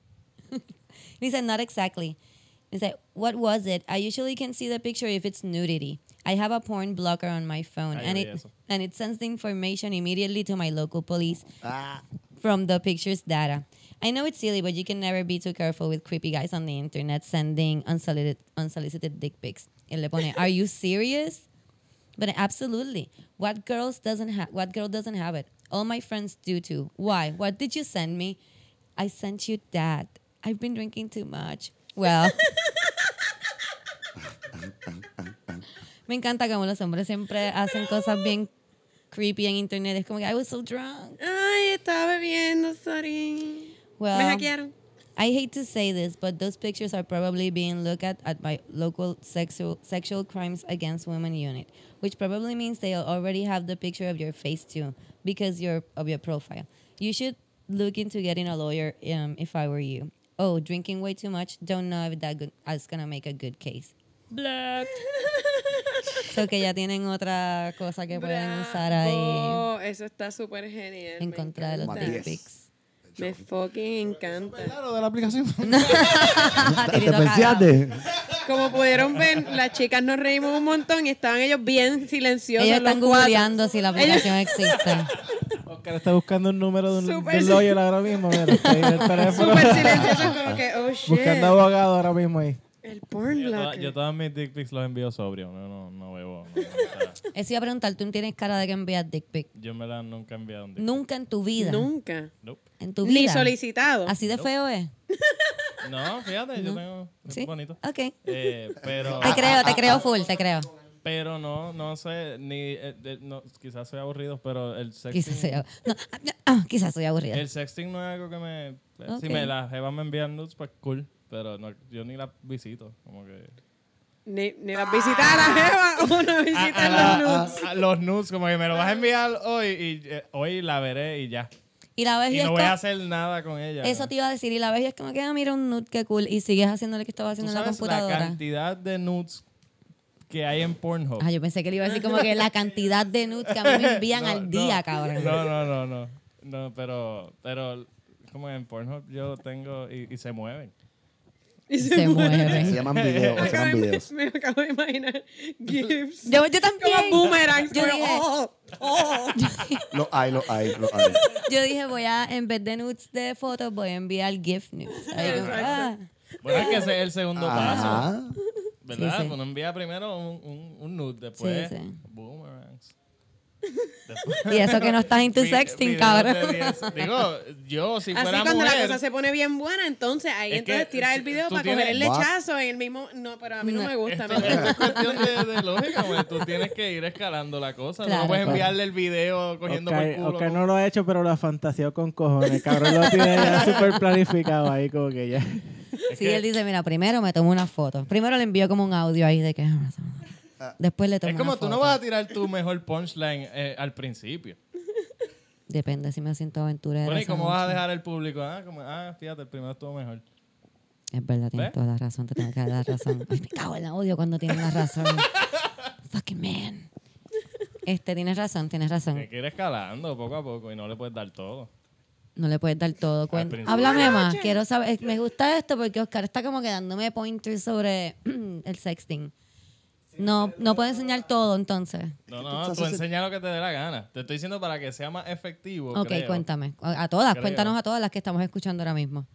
dice, Not exactly. Dice, What was it? I usually can see the picture if it's nudity. I have a porn blocker on my phone,
Ay,
and
oye,
it
eso.
and it sends the information immediately to my local police
Ah,
from the pictures data. I know it's silly, but you can never be too careful with creepy guys on the internet sending unsolicited, unsolicited dick pics. Y le pone, are you serious? But absolutely. What girls doesn't have what girl doesn't have it? All my friends do too. Why? What did you send me? I sent you that. I've been drinking too much. Well. Me encanta como los hombres siempre hacen cosas bien creepy en internet. Es como que I was so drunk.
Ay, estaba bebiendo, sorry.
Well,
Me hackearon.
I hate to say this, but those pictures are probably being looked at at my local sexual sexual crimes against women unit, which probably means they already have the picture of your face too because your of your profile. You should look into getting a lawyer. Um, if I were you. Oh, drinking way too much. Don't know if that good, that's gonna make a good case. Blood. so que ya tienen otra cosa que pueden usar ahí
Bravo, Eso está súper genial.
en
me
contra de los
encanta.
dick
encanta.
pics.
Me fucking encanta.
Claro, de la aplicación.
¿Te pensaste?
Como pudieron ver, las chicas nos reímos un montón y estaban ellos bien silenciosos.
Ellos están
los cuatro.
googleando si la aplicación existe.
Oscar está buscando un número de un,
Súper
de un
sil-
lawyer ahora mismo. Mira, está ahí en el teléfono.
Súper silenciosos, como que, oh
Buscando
shit.
abogado ahora mismo ahí.
El porn
Yo, toda-
blocker.
yo todas mis dick pics los envío sobrio. No, no, no bebo. no, o sea,
Eso iba a preguntar, tú tienes cara de que envías dick pic.
yo me la nunca he enviado un dick pic.
Nunca en tu vida.
Nunca.
Nope.
En tu vida.
Ni solicitado.
Así de feo es.
No, fíjate, yo tengo... es
Sí.
bonito.
Ah.
Ok.
Eh, pero...
Te creo, te
ah.
creo full, te creo.
Pero no, no sé, ni eh, de- no, quizás soy aburrido, pero el sexting,
Quizás soy, ab- no, ah, no, ah, quizás soy aburrida.
el sexting no es algo que me... eh, Si
Ok.
me las jevas me envían nudes, pues cool, pero no, yo ni las visito, como que...
Ni, ni las visitas a la jeva o
Ah,
no
A-
visitas
a
los
la-
nudes.
a- a Ah, los nudes, como que me lo vas a enviar hoy y eh, hoy la veré y ya.
Y la ves y,
Y
es
no voy
co-
a hacer nada con ella.
Eso te iba a decir. Y la ves y es como que, ah, mira un nude, qué cool. Y sigues haciendo lo que estabas
¿Tú
haciendo en la
sabes la
computadora.
cantidad de nudes que hay en Pornhub?
Ah, yo pensé que le iba a decir como que la cantidad de nudes que a mí me envían
No,
al
no.
día, cabrón.
No, no, no, no. No, pero, pero como en Pornhub yo tengo y, y se mueven.
Y
se
Se
mueve.
llaman videos.
Me
Se llaman
acabo, de,
videos.
me acabo de imaginar GIFs.
Yo, yo también.
como boomerangs.
Yo
pero,
dije-
oh, oh.
Los hay, los hay, los hay.
Yo dije, voy a, en vez de nudes de fotos, voy a enviar GIF nudes. Ahí como, ah.
Exacto.
Bueno, es que ese es el segundo paso,
Ajá.
¿verdad?
Sí, sí.
Uno envía primero un, un, un nude, después
Sí, sí.
boomerangs.
Y eso que no estás en tu sexting,
Videos de
cabrón.
10. Digo, yo si
Así
fuera
cuando la
mujer...
cosa se pone bien buena, entonces ahí
Es que
entonces tiras el
si-
video
tú
para
tienes-
coger el
Va.
lechazo en el mismo... No, pero a mí no, me gusta.
Esto,
me gusta.
esto es cuestión de, de lógica, güey. Tú tienes que ir escalando la cosa.
Claro,
no puedes
claro.
enviarle el video cogiendo por
Oscar,
el culo.
Oscar
como-
no lo ha hecho, pero lo ha fantaseado con cojones. Cabrón lo tiene ya súper planificado ahí, como que ya.
Sí, él dice, mira, primero me tomo una foto. Primero le envío como un audio ahí de que... "Ah, Después le tomo
Ah. Es como
una
tú no
foto.
vas a tirar tu mejor punchline eh, al principio.
Depende si me siento aventurera.
Bueno, ¿y
esa
cómo vas a
noche.
dejar al público? Ah, como, ah, fíjate, el primero estuvo mejor.
Es verdad, tienes
¿Ves?
toda la razón, te tengo que dar la razón. Ay, me cago en la odio cuando tienes la razón. Fucking man. Este, tienes razón, tienes razón.
Tienes que ir escalando poco a poco y no le puedes dar todo.
No le puedes dar todo. Cuen-
principio.
Háblame más, quiero saber. Me gusta esto porque Oscar está como que dándome pointers sobre el sexting. No, no puedo enseñar todo entonces.
No,
tú
no,
haces
tú
el-
enseña lo que te dé la gana. Te estoy diciendo para que sea más efectivo.
Ok,
creo.
cuéntame. A a todas,
Creo.
cuéntanos a todas las que estamos escuchando ahora mismo.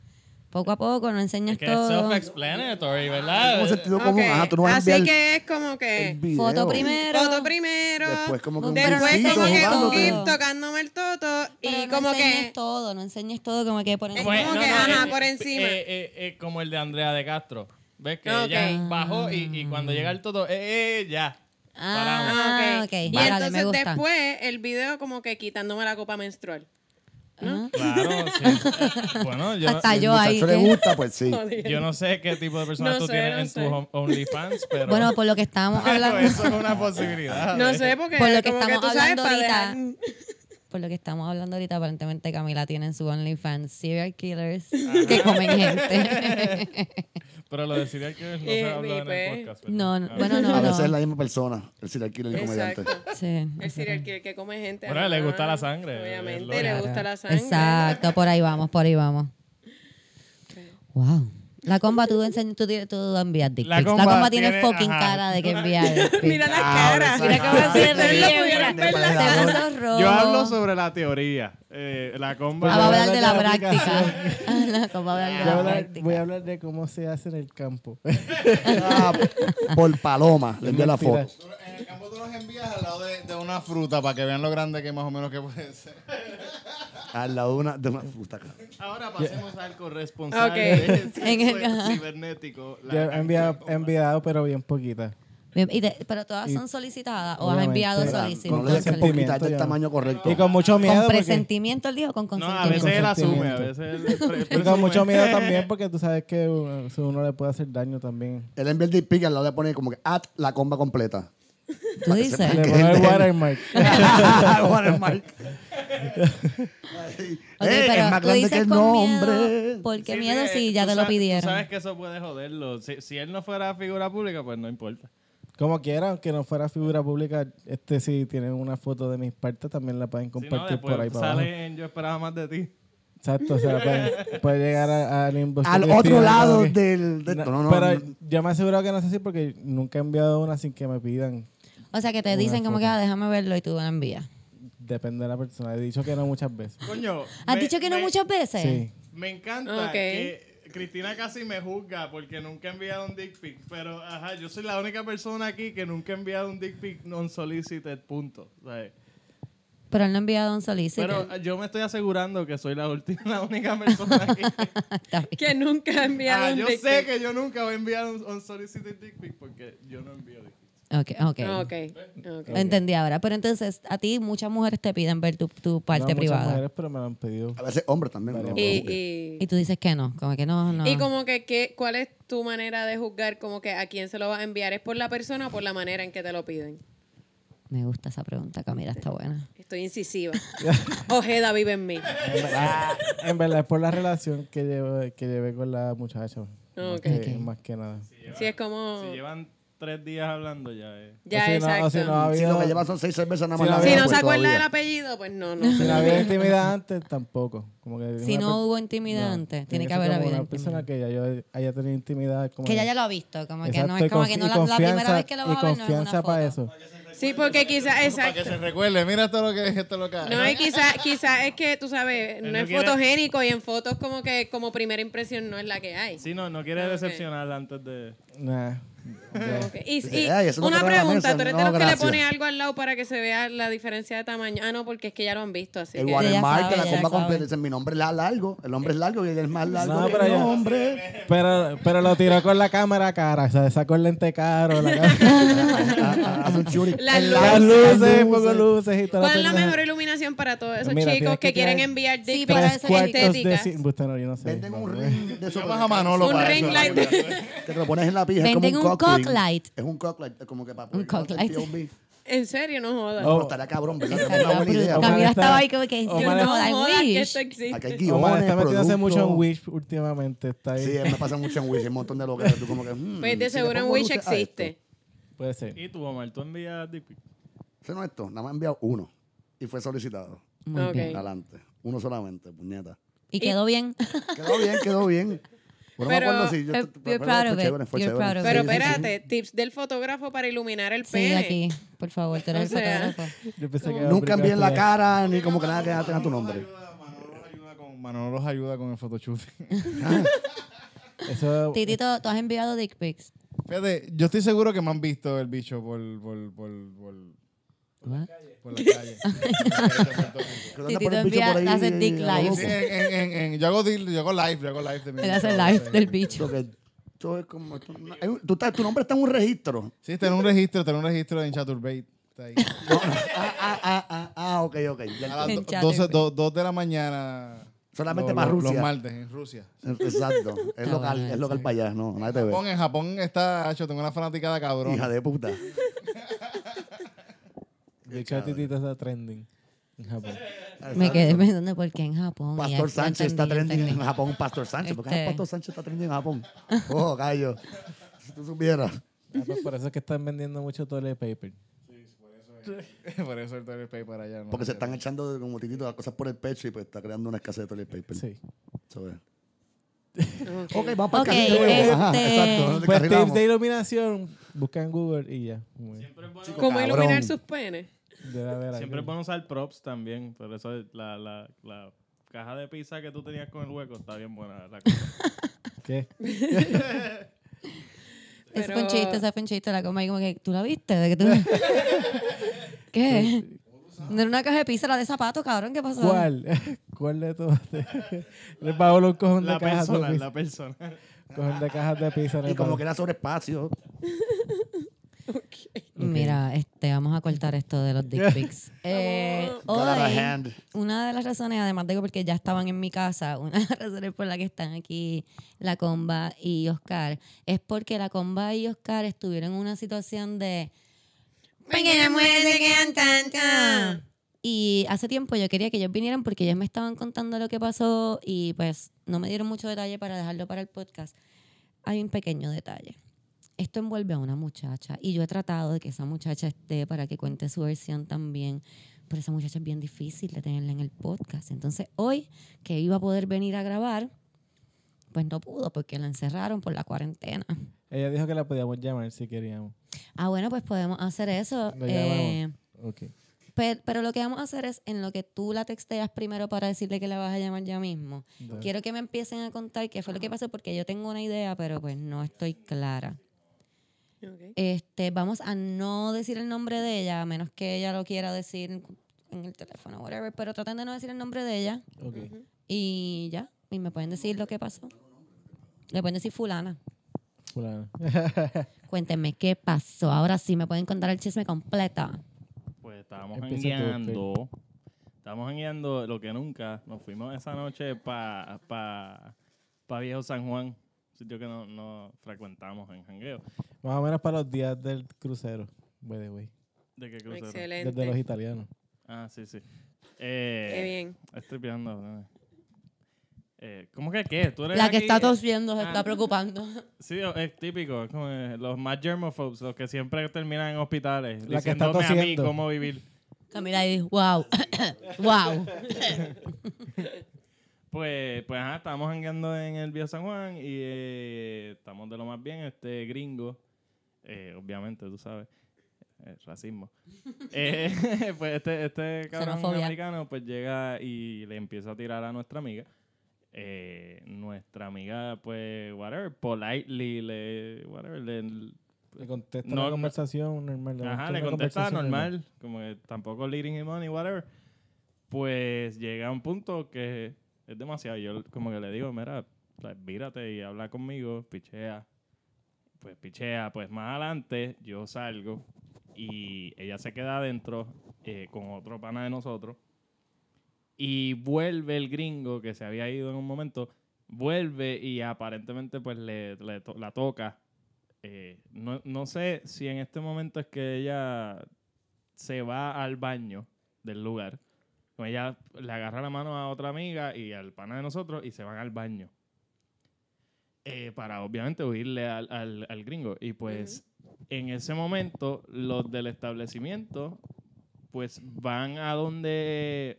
Poco a poco, no enseñas
Es que es
todo.
Ah,
self-explanatory,
Como
¿verdad?
sentido común.
Ok,
Ajá, tú no vas a
Así
enviar
que es como
el
que...
video.
Foto primero.
Foto primero.
Después como que un
Pero no
Después
enseñes
besito
como que
todo.
un
tocándote.
gif tocándome el toto
Pero
y
no
como
enseñes
que...
todo, no enseñes todo, como que por
Pues,
Es
encima.
como que, ajá, pues- por encima.
eh, eh, eh, como el de Andrea de Castro. ¿Ves que
Ok.
ella bajó y, y cuando llega el todo, eh, eh, ya. Paramos.
Ah, ok.
Y
Vale,
entonces
me gusta.
después el video como que quitándome la copa menstrual.
Ajá.
Claro, sí. Bueno, yo,
Hasta yo ahí.
Si al muchacho
que-
le gusta, pues sí.
yo no sé qué tipo de personas
No
tú
sé,
tienes
no
en
sé.
tus on- OnlyFans, pero,
Bueno, por lo que estábamos
pero
hablando.
eso es una posibilidad. ¿eh?
No sé, porque
Por lo que
como
estamos
tú sabes,
hablando
para
ahorita.
dejar-
Por lo que estamos hablando ahorita, aparentemente Camila tiene en su OnlyFans serial killers que comen gente.
Pero lo de serial killers no
Eh,
se habló
mi
en
pe.
el podcast. ¿verdad?
No, no,
Ah.
bueno, no,
a
no.
veces es la misma persona, el serial killer y el comediante.
Exacto.
Sí.
El serial killer que come gente.
Bueno, le
ajá,
gusta la sangre, eh, es lo
Obviamente,
que-
le
Claro.
gusta la sangre.
Exacto, por ahí vamos, por ahí vamos. Wow. La comba tú, enseñas, tú, ti- tú envías dick
La
pics. La
comba
comba tiene
tiene-
fucking
ajá.
cara de que envía dick pics.
Mira las
Ah,
caras.
exacto.
Mira cómo se
Ustedes lo
ríe.
pudieran
mira.
ver las
Depredador.
caras.
Yo hablo sobre la teoría. eh, la comba.
Ah, va a hablar de la
Yo hablo de la
práctica. Ah, La comba va a hablar
Voy
de
a
la
hablar, voy a
práctica.
hablar de cómo se hace en el campo.
Ah, por paloma, le envió la foto.
Mentira.
En el campo tú los envías al lado de, de una fruta para que vean lo grande que más o menos que puede ser.
Al lado de una, de una fruta. acá.
Ahora pasemos al corresponsal
Ok.
de sexo
En el-
cibernético.
Yo he enviado, he enviado, pero bien poquita.
Bien, y te- pero todas son solicitadas o has
Obviamente.
enviado
Con-
Mira,
solicitadas.
No
con
le dejes
consentimiento,
poquita del
ya.
tamaño correcto.
Y con mucho miedo.
¿Con
porque-
presentimiento él dijo con
No, a
consentimiento?
veces él asume, a
consentimiento.
veces él. pre-
Y con
presume.
mucho miedo también, pues. porque tú sabes que uh, si uno le puede hacer daño también.
Él envía el dick pic y al lado le pone como que at la comba completa.
Tú
Le
dices.
pone el watermark.
Watermark.
Ok,
Eh,
pero
es más
tú
grande
dices
que el
con
nombre.
miedo. ¿Por qué
Sí,
miedo
eh,
si ya
tú
te lo
sa- tú
pidieron?
Sabes que eso puede joderlo. Si, si él no fuera figura pública, pues no importa.
Como quiera, aunque no fuera figura pública, este si tienen una foto de mis partes, también la pueden
Si no,
compartir
después
por ahí para abajo.
sale en Yo esperaba más de ti.
Exacto, o sea, puede, puede llegar a- al inbox.
Al
que yo estoy
otro
dando,
lado
que-
del. de-
No,
no, no, no.
pero yo me aseguro que no es así porque nunca he enviado una sin que me pidan.
O sea, que te dicen como que ah, déjame verlo y tú lo envías.
Depende de la persona. He dicho que no muchas veces.
Coño.
¿Has
me-
dicho que no
me-
muchas veces?
Sí.
Me encanta
Ok.
que Cristina casi me juzga porque nunca he enviado un dick pic. Pero, ajá, yo soy la única persona aquí que nunca ha enviado un dick pic non solicited, punto. ¿sabes?
Pero él no ha enviado un solicito.
Pero ah, yo me estoy asegurando que soy la última, la única persona aquí.
Está bien.
Que nunca ha enviado
Ah,
un
yo
dick
sé
pic.
que yo nunca voy a enviar un unsolicited dick pic porque yo no envío dick pics.
Ok, ok.
Ah,
Ah, Ok, ok.
Entendí ahora. Pero entonces, a ti muchas mujeres te piden ver tu, tu
No,
parte
muchas
privada.
mujeres, pero me lo han pedido.
A veces hombres también. ¿no?
pues,
Y, y-
Y tú dices que no, como que no, no.
y como que, ¿qué- ¿cuál es tu manera de juzgar como que a quién se lo vas a enviar? ¿Es por la persona o por la manera en que te lo piden?
Me gusta esa pregunta, Camila, está buena.
Estoy incisiva. Ojeda vive en mí.
En verdad, en verdad es por la relación que llevé, que llevé con la muchacha. Más,
Ok.
que, más que nada.
Sí, es como...
Si llevan
tres días hablando ya. eh.
Ya,
O si no- o
exacto.
si
si
no
no,
había-
Si lo que lleva son seis cervezas nada
Si
más.
no-
la
si
veo,
no
se
pues,
acuerda
todavía.
del apellido, pues no, no.
Si la había intimidad antes, tampoco. Como que
Si
una
no
per-
hubo intimidad antes, tiene que
ser
haber
como
habido
Una persona
intimidad.
que ya yo haya tenido intimidad. Como
Que ya
de-
ya lo ha visto, como que no
Exacto,
es
y
como
conf-
que no
y
la, la primera
confianza-
vez que lo
y
vas a ver no es
confianza
una foto.
para eso.
Sí, porque quizás,
Que se
exacto.
recuerde, mira todo lo que es esto lo que
No, y quizás quizá es que, tú sabes,
Él
no
no
es
quiere-
fotogénico y en fotos como que como primera impresión no es la que hay.
Sí, no, no quiere
Ah, ok.
decepcionarla antes de...
Nah.
Como que- Y,
Dice,
y
"Ay, eso no
una
quedó en la
pregunta,
mesa".
¿tú eres de
No,
los que le
gracias.
pone algo al lado para que se vea la diferencia de tamaño? Ah, no, porque es que ya lo han visto, así
El
que...
guardia-
watermark,
sabe,
la
ya
comba
sabe.
completa. Dicen, mi nombre es la- largo. El hombre es largo y él es más largo.
No,
que Ah,
pero
el
ya-
nombre.
Pero, pero lo tiró con la cámara cara. O sea, sacó el lente caro. La cámara.
ah, Hace un shuri.
Las
El
luces.
Las
light,
luces,
las
poco
luces.
luces y todo.
¿Cuál es la mejor iluminación para todos esos
Mira,
chicos
tienes
que,
que
quieren
tirar
enviar dick
Sí,
pics
para
Tres
eso
cuartos de...
estéticas?
ci- Busta, no, yo no sé.
Venden un
Vamos a ver.
ring de
Llamas
eso.
a Manolo
Un
para
ring
eso.
light.
Que te lo pones en la pija. es
Venden
como
un
un cock ring.
cocklight.
Es un cocklight. es Como que para
Un
poder hacer
cocklight.
POV.
En serio, no jodas.
No,
Oh.
estaría cabrón, ¿verdad?
Estaría
Es una buena
brutal.
idea.
Omar
Camila
está-
estaba ahí como que,
Omar
"Sí,
está-
no, I
no jodas que
wish".
esto existe.
Aquí hay
Omar
guiones,
está metiéndose mucho en
productos.
Wish últimamente. Está ahí.
Sí, él me pasa mucho en Wish. Hay un montón de locas. Tú como que, hmm,
Pues de
si le
seguro en
pongo
Wish
luces a esto.
existe.
Puede ser.
¿Y tú, Omar? ¿Tú envías dick pic?
Ese no es esto. Nada más he enviado uno. Y fue solicitado.
Muy
Ok.
bien.
Adelante. Uno solamente, puñeta.
Y quedó bien.
Quedó bien, quedó bien. Bueno, me
Pero,
acuerdo si yo...
eh, you're proud of it. You're proud of
Pero
Sí, sí, sí.
espérate, tips del fotógrafo para iluminar el
Sí,
pene.
aquí, por favor, tú eres
O
el
sea,
fotógrafo.
Yo pensé que
Nunca envíen la
cara
cara, ni como que nada que tenga tu nombre.
Manolo los ayuda con- Manolo los ayuda con el photoshoot.
Eso,
Titito, ¿tú has enviado dick pics?
Fíjate, yo estoy seguro que me han visto el bicho por, por, por, por,
What?
por la calle.
Creo que anda
Titito
por el bicho
envía-
por ahí,
hace dick
a lo
live.
loco.
Sí, en- en- en- en- yo, hago deal- yo hago live, yo hago live de mi
Él hace
bicho,
live
sí.
del bicho.
Lo que esto es como... esto- hay un- tú estás- tu nombre está en un registro.
Sí, está en un registro, está en un registro en Chaturbate. Está ahí.
Ah, ah, ah, ah, ah, ok, ok. ya
A
En
las do-
Chaturbate.
12 do- 2 de la mañana.
Solamente
lo-
para
lo-
Rusia.
Los martes, en Rusia.
entiendo. Exacto. Es local, es local para allá. No, nadie te
Japón,
ve.
en Japón está, hecho, tengo una fanaticada cabrón.
Hija de puta.
de hecho, Titito está trending en Japón.
Me quedé pensando por qué en Japón. Y
Pastor
ya
Sánchez está
entendí,
trending en
entendí.
Japón. Pastor Sánchez. ¿Por qué
Este-
Pastor Sánchez está trending en Japón? Oh, gallo. Si tú supieras.
Ah, pues por eso es que están vendiendo mucho toilet paper.
Por eso el toilet paper allá. ¿no?
Porque se están echando como titito las cosas por el pecho y pues está creando una escasez de toilet paper. eh.
Sí.
Eso es. Ok, vamos para
Ok,
el carril de huevo. Ajá,
este-
exacto. nos
Pues tips
descarrilamos.
de iluminación, busca en Google y ya. Muy bien.
Chico,
¿Cómo
cabrón.
iluminar sus penes?
De la vera.
Siempre pueden usar props también, pero eso es la, la, la caja de pizza que tú tenías con el hueco está bien buena. La cosa.
¿Qué?
Ese
Pero-
fue un chiste, ese fue un chiste. La coma y como que, ¿tú la viste? ¿De que tú... ¿Qué? No era una caja de pizza, la de zapatos, cabrón, ¿qué pasó?
¿Cuál? ¿Cuál de todas? Le pagó un cojón de
la
cajas de
persona,
pizza.
la persona.
Cojón de cajas de pizza. le
Y como
pagó.
que era sobre espacio.
Mira, este, vamos a cortar esto de los dick pics. Eh,
Got out of
hoy,
hand.
una de las razones, además de que porque ya estaban en mi casa, una de las razones por las que están aquí la comba y Oscar, es porque la comba y Oscar estuvieron en una situación de... Porque las mujeres se quedan
Ah.
tantas. Y hace tiempo yo quería que ellos vinieran porque ellos me estaban contando lo que pasó y pues no me dieron mucho detalle para dejarlo para el podcast. Hay un pequeño detalle. Esto envuelve a una muchacha y yo he tratado de que esa muchacha esté para que cuente su versión también, pero esa muchacha es bien difícil de tenerla en el podcast. Entonces hoy que iba a poder venir a grabar, pues no pudo porque la encerraron por la cuarentena.
Ella dijo que la podíamos llamar si queríamos.
Ah, bueno, pues podemos hacer eso.
Lo
Eh,
llamamos. Ok.
Pero, pero lo que vamos a hacer es en lo que tú la texteas primero para decirle que la vas a llamar ya mismo. Quiero que me empiecen a contar qué fue lo que pasó porque yo tengo una idea, pero pues no estoy clara.
Ok.
Este, vamos a no decir el nombre de ella, a menos que ella lo quiera decir en el teléfono, whatever, pero traten de no decir el nombre de ella
Ok.
y ya, y me pueden decir lo que pasó. Le pueden decir fulana.
Fulana.
Cuéntenme qué pasó. Ahora sí, me pueden contar el chisme completo.
Pues estábamos
Empieza tú,
enguiando. Estábamos enguiando lo que nunca. Nos fuimos esa noche para pa, pa Viejo San Juan, sitio que no, no frecuentamos en jangueo.
Más o menos para los días del crucero. By the way.
¿De qué crucero?
Desde los
Excelente.
italianos.
Ah, sí, sí. Eh,
Qué bien.
Estoy pillando.
eh, ¿Cómo que qué? ¿Tú eres
La que
aquí?
está tosiendo se
Ah.
está preocupando.
Sí, o- es típico. es como, eh, los más germophobes, los que siempre terminan en hospitales.
La que está
diciéndome a mí
tosiendo.
cómo vivir.
Camila y dice, wow, wow.
Pues, pues ajá, estábamos hangueando en el Viejo San Juan y eh, estamos de lo más bien, este gringo, eh, obviamente, tú sabes, eh, racismo. Eh, pues este, este cabrón
Xenofobia.
americano pues llega y le empieza a tirar a nuestra amiga. Eh, nuestra amiga, pues, whatever, politely, le, whatever, le,
Le contesta
No,
la
no.
conversación normal.
Ajá,
una
le contesta
conversación
normal, como que tampoco leading him on y whatever. Pues llega a un punto que es demasiado. Yo como que le digo, mira, like, vírate y habla conmigo, pichea. Pues pichea, pues más adelante yo salgo y ella se queda adentro eh, con otro pana de nosotros. Y vuelve el gringo que se había ido en un momento, vuelve y aparentemente pues le, le to- la toca. Eh, no, no sé si en este momento es que ella se va al baño del lugar. O Ella le agarra la mano a otra amiga y al pana de nosotros y se van al baño. Eh, para obviamente huirle al, al- al gringo. Y pues en ese momento los del establecimiento pues van a donde...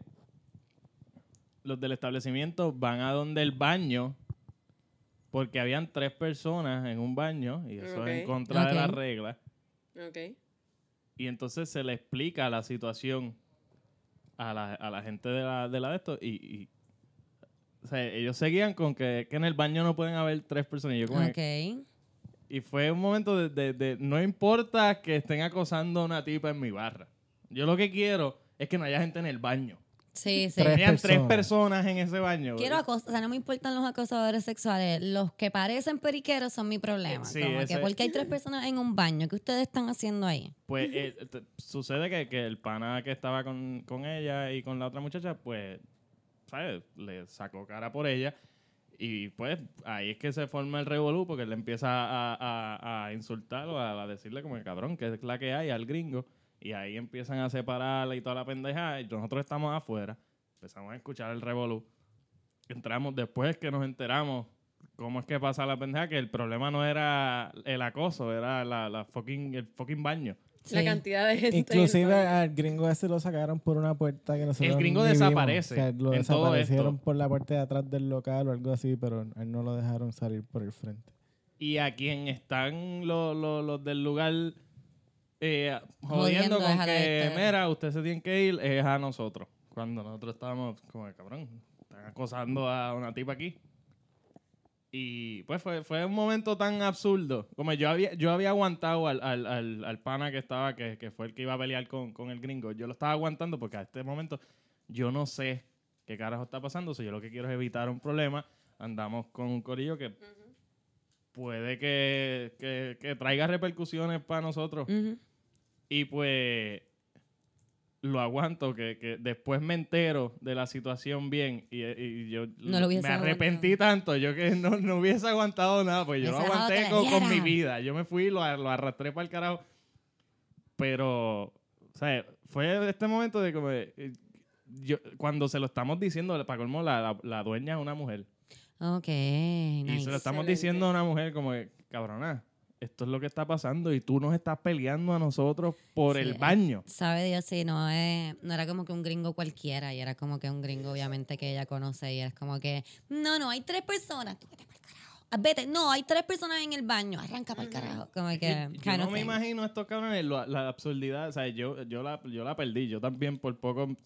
Los del establecimiento van a donde el baño porque habían tres personas en un baño y eso es en
Ok.
contra de la
Ok.
regla.
Ok.
Y entonces se le explica la situación a la, a la gente de la de, la de esto y, y- o sea, ellos seguían con que, que en el baño no pueden haber tres personas. Y, yo como que-
ok.
y fue un momento de, de- de, no importa que estén acosando a una tipa en mi barra. Yo lo que quiero es que no haya gente en el baño.
Sí, sí.
Tres
Tenían tres
personas.
personas en ese baño.
Quiero
bro.
acosar, o sea, no me importan los acosadores sexuales. Los que parecen periqueros son mi problema.
Sí,
Como
ese-
que porque hay tres personas en un baño. ¿Qué ustedes están haciendo ahí?
Pues eh, t- sucede que, que el pana que estaba con, con ella y con la otra muchacha, pues, ¿sabes? Le sacó cara por ella. Y pues ahí es que se forma el revolú porque él le empieza a, a- a insultarlo, a, a decirle como que cabrón, que es la que hay al gringo. Y ahí empiezan a separarla y toda la pendeja. Y nosotros estamos afuera. Empezamos a escuchar el revolú. Entramos después que nos enteramos cómo es que pasa la pendeja, que el problema no era el acoso, era la, la fucking, el fucking baño.
La
Sí.
cantidad de
Este,
gente.
Inclusive al gringo ese lo sacaron por una puerta que nosotros
El gringo
ni vimos.
desaparece
O sea, lo
en todo
desaparecieron
esto.
por la parte de atrás del local o algo así, pero a él no lo dejaron salir por el frente.
Y a quien están los, los- los del lugar eh,
Jodiendo
jodiendo
es
con
a la
que,
dictadura.
mira, usted se tiene que ir, es a nosotros. Cuando nosotros estábamos como, cabrón, están acosando a una tipa aquí. Y pues fue, fue un momento tan absurdo. Como yo había, yo había aguantado al, al- al- al pana que estaba, que, que fue el que iba a pelear con, con el gringo. Yo lo estaba aguantando porque a este momento yo no sé qué carajo está pasando. Si yo lo que quiero es evitar un problema, andamos con un corillo que puede que, que- que traiga repercusiones para nosotros.
Ujú.
Y pues lo aguanto, que, que después me entero de la situación bien y, y yo
No lo hubiese
me arrepentí tanto, yo que no, no hubiese aguantado nada, pues yo lo
Hubiese dejado
aguanté
que le
con, con mi
dieran.
vida, yo me fui, lo, a- lo arrastré para el carajo, pero, o sea, fue este momento de como, eh, yo, cuando se lo estamos diciendo, para colmo, la, la- la dueña es una mujer.
Ok.
Y se
nice.
lo estamos
Excelente.
diciendo a una mujer como que, cabrona, esto es lo que está pasando y tú nos estás peleando a nosotros por
Sí,
el
eh,
baño.
Sabe Dios, sí, no, es, no era como que un gringo cualquiera, y era como que un gringo obviamente que ella conoce, y es como que, no, no, hay tres personas, tú vete pa'l carajo, Ah, vete, no, hay tres personas en el baño, arranca para el carajo, como que,
Yo
kind
no
of
me
thing.
imagino a estos cabrones lo- la absurdidad. O sea, yo, yo, la, yo la perdí. Yo también por poco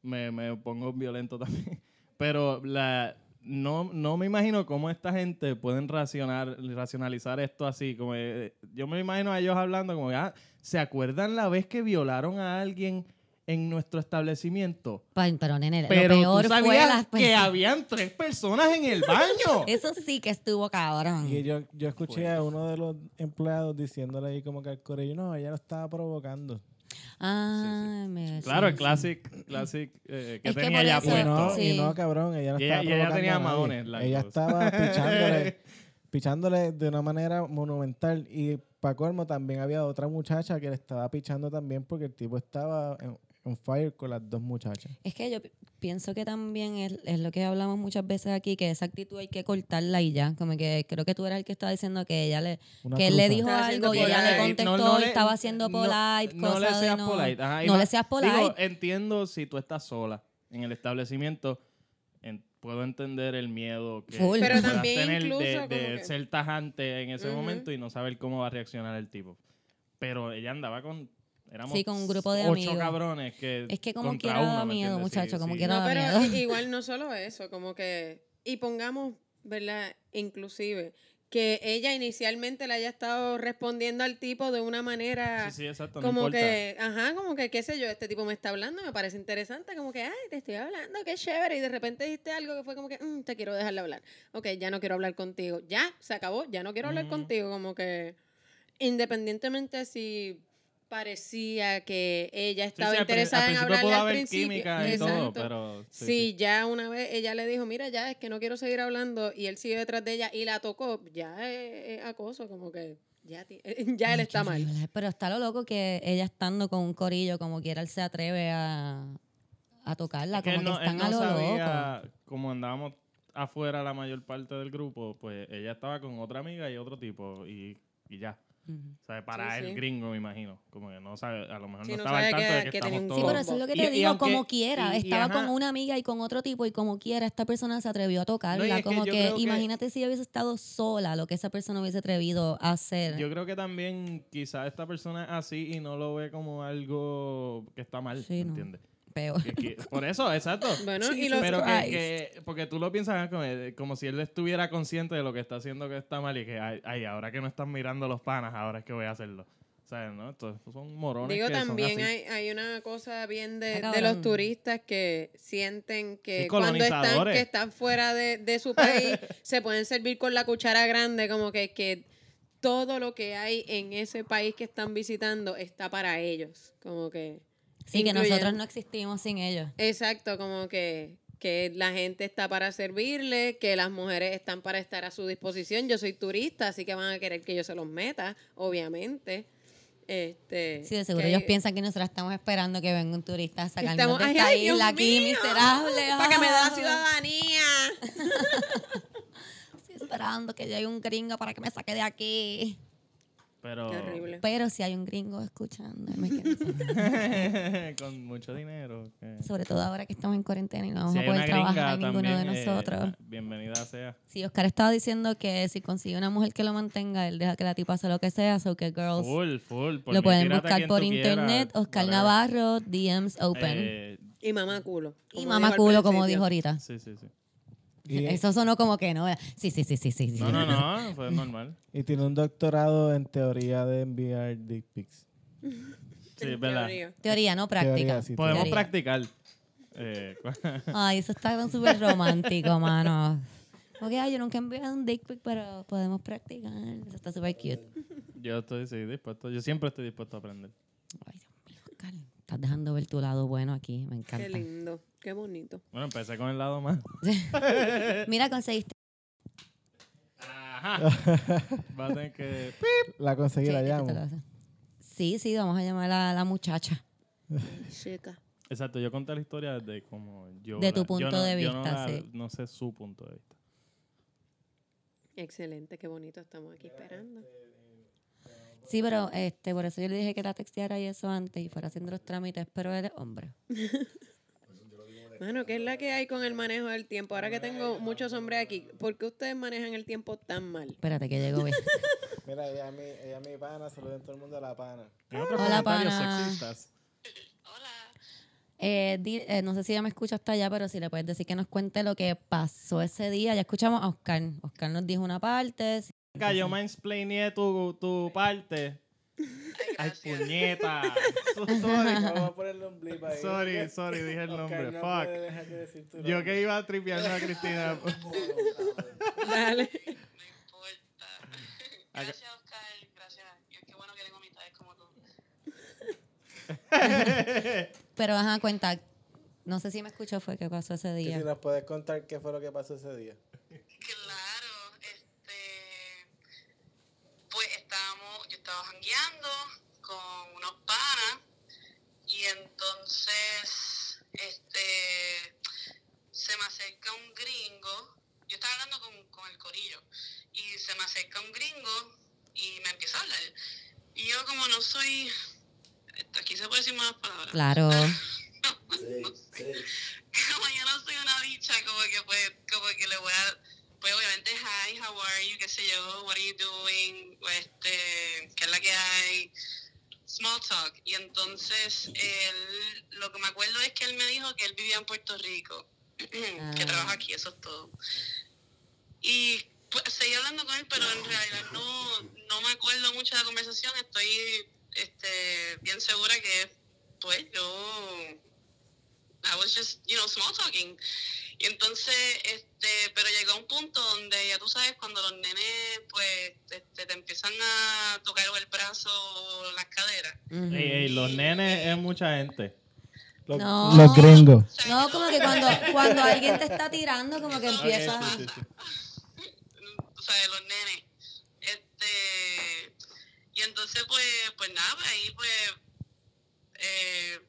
me, me pongo violento también. Pero la, no, no me imagino cómo esta gente pueden racionar, racionalizar esto así. Como, eh, yo me imagino a ellos hablando como, ah, ¿se acuerdan la vez que violaron a alguien en nuestro establecimiento?
Pa- Pero nene,
Pero
lo peor
tú
fue
sabías
las
que
personas.
habían tres personas en el baño.
Eso sí que estuvo cabrón.
Y yo, yo escuché a uno de los empleados diciéndole ahí como que al corello, no, ella lo estaba provocando.
Ay, me-
claro,
sí,
el classic, classic eh, que
Es que
tenía
por
ya
Y
eso-
puesto.
no,
Sí.
y no, cabrón, ella no
Y
estaba
ella- y ella
provocando
tenía
a nadie.
mamones largos.
Ella estaba pichándole, pichándole de una manera monumental. Y para colmo también había otra muchacha que le estaba pichando también porque el tipo estaba en, on fire con las dos muchachas.
Es que yo pi- pienso que también es, es lo que hablamos muchas veces aquí, que esa actitud hay que cortarla y ya. Como que creo que tú eras el que estaba diciendo que ella le,
Una
que él le
cruza.
dijo
Estaba siendo
algo y ella le
polite.
contestó
No, no
y
le-
estaba siendo
no-
polite.
No, le
cosa de
seas
no-
polite. Ajá, y
no le
más-
seas polite.
Digo, entiendo si tú estás sola en el establecimiento, en- puedo entender el miedo que
Full. Pero
puedas
también
tener
incluso
de,
como
de
que-
ser tajante en ese
Ujú.
momento y no saber cómo va a reaccionar el tipo. Pero ella andaba con... Éramos
Sí, con un grupo de
ocho
amigos.
cabrones que
Es que como
contra
quiera da
uno, ¿me
miedo,
entiendes?
muchacho, como quiera
No,
da
pero
miedo.
i- igual no solo eso, como que. Y pongamos, ¿verdad? Inclusive, que ella inicialmente le haya estado respondiendo al tipo de una manera.
Sí, sí, exacto, no
Como
importa.
que, ajá, como que, qué sé yo, este tipo me está hablando, me parece interesante, como que, ay, te estoy hablando, qué chévere, y de repente dijiste algo que fue como que, "Mm, te quiero dejarle hablar. Ok, ya no quiero hablar contigo, ya, se acabó, ya no quiero hablar
Ujú.
contigo, como que, independientemente si parecía que ella
Sí, sí, al
estaba
pri-
interesada en
al
hablarle
principio pudo
al
haber
principio.
química y todo,
Exacto.
pero...
Sí, ya una vez ella le dijo, mira, ya es que no quiero seguir hablando y él siguió detrás de ella y la tocó, ya es, es acoso, como que ya, ti- ya
Ay,
él está
qué
mal.
horrible. Pero está lo loco que ella estando con un corillo, como quiera, él se atreve a, a tocarla,
Es que
como
él
que
no, él
están
no
a lo loco.
sabía, como andábamos afuera la mayor parte del grupo, pues ella estaba con otra amiga y otro tipo y, y ya.
Ujú.
O sea, para
Sí,
el
sí.
gringo, me imagino. Como que no sabe, a lo mejor
Sí,
no
no
estaba al
sabe
tanto
que-
de que,
que tenía
estamos
un
todos.
Sí, pero eso es lo que
Y-
te
y
digo,
aunque-
como quiera.
y- y
Estaba
ajá.
con una amiga y con otro tipo, y como quiera, esta persona se atrevió a
No, y
tocarla.
es que
como
yo
que,
creo que-
imagínate si ella hubiese estado sola, lo que esa persona hubiese atrevido a hacer.
Yo creo que también quizás esta persona es así y no lo ve como algo que está mal,
Sí, no.
¿entiendes?
Peor.
Que- que- por eso, exacto.
Bueno, y
Jesus
los
Pero que,
Christ.
que- porque tú lo piensas como, eh, como si él estuviera consciente de lo que está haciendo que está mal y que, ay, ay, ahora que no están mirando los panas, ahora es que voy a hacerlo. ¿Sabes? ¿No? Estos son morones.
Digo,
que son
también
así.
hay, hay una cosa bien de,
Está
de los
cabrón.
turistas que sienten que
Sí,
cuando están,
colonizadores.
que están fuera de, de su país se pueden servir con la cuchara grande, como que, que todo lo que hay en ese país que están visitando está para ellos. Como que,
Sí, que
Incluyendo-
nosotros no existimos sin ellos.
exacto, como que, que la gente está para servirle, que las mujeres están para estar a su disposición. Yo soy turista, así que van a querer que yo se los meta, obviamente. Este,
Sí, de seguro
que
ellos
hay-
piensan que nosotros estamos esperando que venga un turista a sacarnos
Estamos-
de
¡Ay,
esta
ay, Dios
isla aquí
mío!
miserable.
Para que me dé la
ah.
ciudadanía.
Estoy esperando que llegue un gringo para que me saque de aquí.
Pero
Qué horrible.
Pero si hay un gringo escuchándome, que no sé.
con mucho dinero. que-
sobre todo ahora que estamos en cuarentena y no vamos
Si
a
hay
poder
una gringa,
trabajar ninguno de
también, eh,
nosotros.
bienvenida sea.
Sí, Oscar estaba diciendo que si consigue una mujer que lo mantenga, él deja que la tipa hace lo que sea, so que girls
Full, full. por
lo
mí,
pueden
tírate a
buscar
quien
por
tú quieras,
internet. Oscar
whatever.
Navarro, DMs Open.
Eh,
Y mamá culo.
y
como
mamá
dijo al
culo, como dijo
principio.
ahorita.
sí, sí, sí.
Y,
Eso sonó como que no. Sí, sí, sí, sí, sí. sí.
No, no, no, fue normal.
y tiene un doctorado en teoría de enviar dick pics.
Sí,
En
es verdad.
teoría.
Teoría, no práctica.
Teoría, sí,
Podemos
Teoría.
practicar. Eh,
Ay, eso está tan súper romántico, mano. Ok, ay, yo nunca he enviado un dick pic, pero podemos practicar. Eso está súper cute.
yo estoy sí, dispuesto. Yo siempre estoy dispuesto a aprender.
Ay, Dios mío, Oscar. Estás dejando ver tu lado bueno aquí. Me
Qué
encanta.
lindo, qué bonito.
Bueno, empecé con el lado más.
Mira, conseguiste.
Va a tener que.
La conseguí, la
Sí, esto
llamo.
te lo hace. Sí, sí, vamos a llamar a la muchacha.
Chica.
Exacto, yo conté la historia desde como yo.
De tu
la- yo
punto
no-
de
yo no
vista,
la-
sí.
No sé su punto de vista.
Excelente, qué bonito. Estamos aquí esperando.
Sí, pero este, por eso yo le dije que la texteara y eso antes y fuera haciendo los trámites, pero eres hombre.
Mano, ¿qué es la que hay con el manejo del tiempo? Ahora que tengo muchos hombres aquí, ¿por qué ustedes manejan el tiempo tan mal?
Espérate que llegó. ve.
Mira, ella es mi, ella es mi pana, saluden todo el mundo a la pana.
Tiene otros
Ah, Hola,
comentarios
pana.
sexistas.
Eh, di- eh, no sé si ella me escucha hasta allá, pero si le puedes decir que nos cuente lo que pasó ese día. Ya escuchamos a Oscar. Oscar nos dijo una parte. sí.
Venga, yo mansplainé tu, tu parte. Ay, puñeta.
Vamos a ponerle un blip ahí.
sorry, sorry, dije el
Oscar,
nombre.
no puede
Fuck.
dejar de decir tu
Yo
nombre.
que iba a tripearme a Cristina.
Dale.
Gracias, Oscar. Gracias. Y es que bueno que tengo amistades como tú.
Pero ajá, cuenta. No sé si me escuchó, fue que pasó ese
Que si
día.
nos puedes contar qué fue lo que pasó ese día.
Claro, este. Pues estábamos, yo estaba jangueando con unos panas y y entonces este se me acerca un gringo, yo estaba hablando con, con el corillo, y se me acerca un gringo y me empieza a hablar. Y yo como no soy, aquí se puede decir más palabras.
Claro.
como yo no soy una bicha, como que pues, como que le voy a, pues obviamente, hi, how are you, qué sé yo, what are you doing, o este, qué es la que hay, small talk. Y entonces, él, lo que me acuerdo es que él me dijo que él vivía en Puerto Rico, que
Ah.
trabaja aquí, eso es todo. Y pues, seguí hablando con él, pero en realidad no, no me acuerdo mucho de la conversación, estoy este, bien segura que, pues, yo I was just, you know, small talking. Y entonces, este, pero llegó un punto donde ya tú sabes, cuando los nenes, pues, este, te empiezan a tocar o el brazo o las caderas.
Ujú.
Ey, ey, los nenes es mucha gente.
Los,
No.
los gringos.
O sea,
No, como que cuando, cuando alguien te está tirando, como que empiezas a...
o sea, de los nenes. Este, y entonces, pues, pues nada, pues ahí pues eh,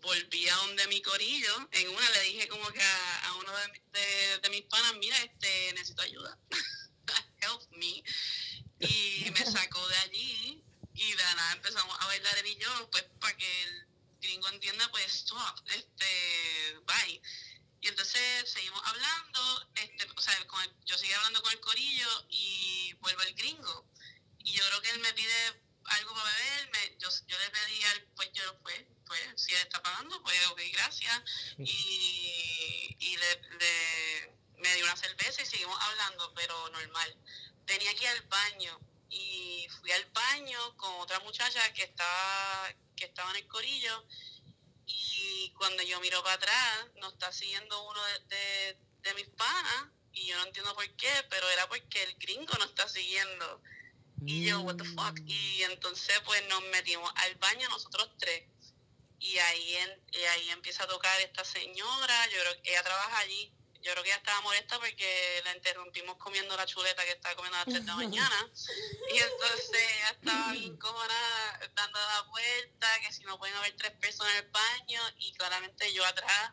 volví a donde mi corillo. En una le dije como que a, a uno de, mi- de- de mis panas, mira, este, necesito ayuda. Help me. Y me sacó de allí y de la nada empezamos a bailar él y yo, pues para que el gringo entienda, pues stop, este, bye. Y entonces seguimos hablando, este, o sea, con el- yo seguía hablando con el corillo y vuelvo el gringo. Y yo creo que él me pide algo para beber, me- yo, yo le pedí al, pues yo, pues, pues, si él está pagando, pues, ok, gracias. Y, y le, le- me dio una cerveza y seguimos hablando, pero normal. Tenía que ir al baño y fui al baño con otra muchacha que estaba, que estaba en el corillo y cuando yo miro para atrás, nos está siguiendo uno de, de- de mis panas, y yo no entiendo por qué, pero era porque el gringo nos está siguiendo. Y yo, what the fuck. Y entonces, pues nos metimos al baño nosotros tres. Y ahí, en- y ahí empieza a tocar esta señora, yo creo que ella trabaja allí. Yo creo que ella estaba molesta porque la interrumpimos comiendo la chuleta que estaba comiendo a las 3 de la mañana. Y entonces ella estaba bien cómoda dando la vuelta, que si no pueden haber tres personas en el baño, y claramente yo atrás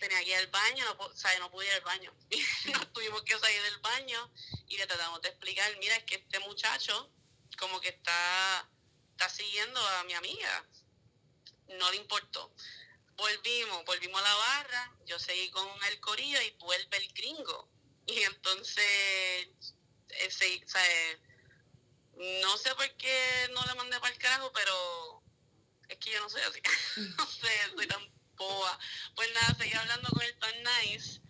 tenía que ir al baño, no, pu- o sea, no pude ir al baño. Y nos tuvimos que salir del baño y le tratamos de explicar, mira, es que este muchacho como que está, está siguiendo a mi amiga. No le importó. Volvimos, volvimos a la barra, yo seguí con el corillo y vuelve el gringo. Y entonces eh, sí, o sea, eh, no sé por qué no le mandé para el carajo, pero es que yo no soy así. no sé, soy tan boba. Pues nada, seguí hablando con él tan nice.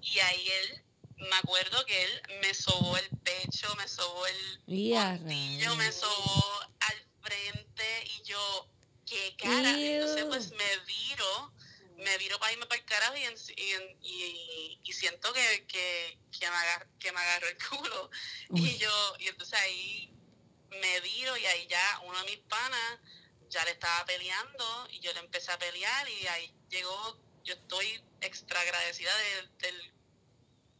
Y ahí él, me acuerdo que él me sobó el pecho, me sobó el
Y a
costillo, me
rayos.
sobó al frente y yo, qué cara. Entonces
Ew.
pues me viro, me viro para irme para el carajo y, en- y, en- y- y siento que, que, que, me agar- que me agarró el culo. Y yo, y entonces ahí me viro y ahí ya uno de mis panas ya le estaba peleando y yo le empecé a pelear y ahí llegó, yo estoy extra agradecida del, del-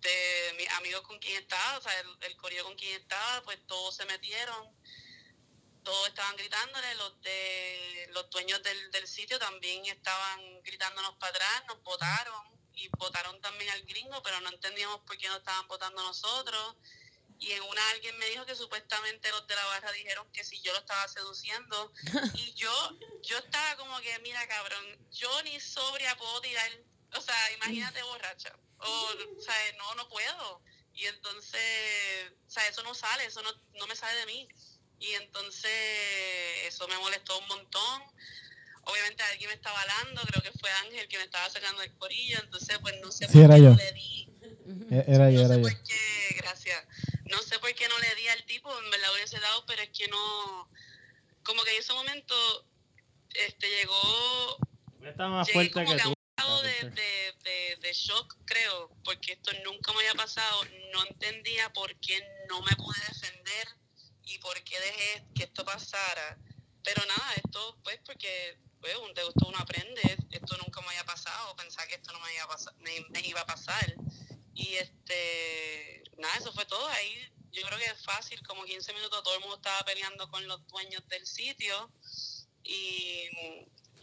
de mis amigos con quien estaba, o sea, el, el corillo con quien estaba, pues todos se metieron, todos estaban gritándole, los de los dueños del, del sitio también estaban gritándonos para atrás, nos votaron y votaron también al gringo, pero no entendíamos por qué nos estaban votando a nosotros. Y en una alguien me dijo que supuestamente los de la barra dijeron que si yo lo estaba seduciendo. Y yo, yo estaba como que, mira cabrón, yo ni sobria puedo tirar. O sea, imagínate borracha. O, sea, no, no puedo. Y entonces, o sea, eso no sale, eso no, no me sale de mí. Y entonces, eso me molestó un montón. Obviamente alguien me estaba hablando, creo que fue Ángel que me estaba sacando el corillo, entonces pues no sé
Sí, era
qué
yo.
no le di.
E- Era yo,
No
era
sé
yo.
por qué, gracias. No sé por qué no le di al tipo, en verdad hubiese dado, pero es que no. Como que en ese momento este, llegó,
Está más
llegué
fuerte
como que,
que
a
tú.
un estado de, de, de, de shock, creo, porque esto nunca me había pasado. No entendía por qué no me pude defender y por qué dejé que esto pasara. Pero nada, esto, pues, porque pues, un- de gusto uno aprende. Esto nunca me había pasado. Pensaba que esto no me iba a pasar. Me, me iba a pasar. Y este, nada, eso fue todo. Ahí yo creo que es fácil, como 15 minutos todo el mundo estaba peleando con los dueños del sitio. Y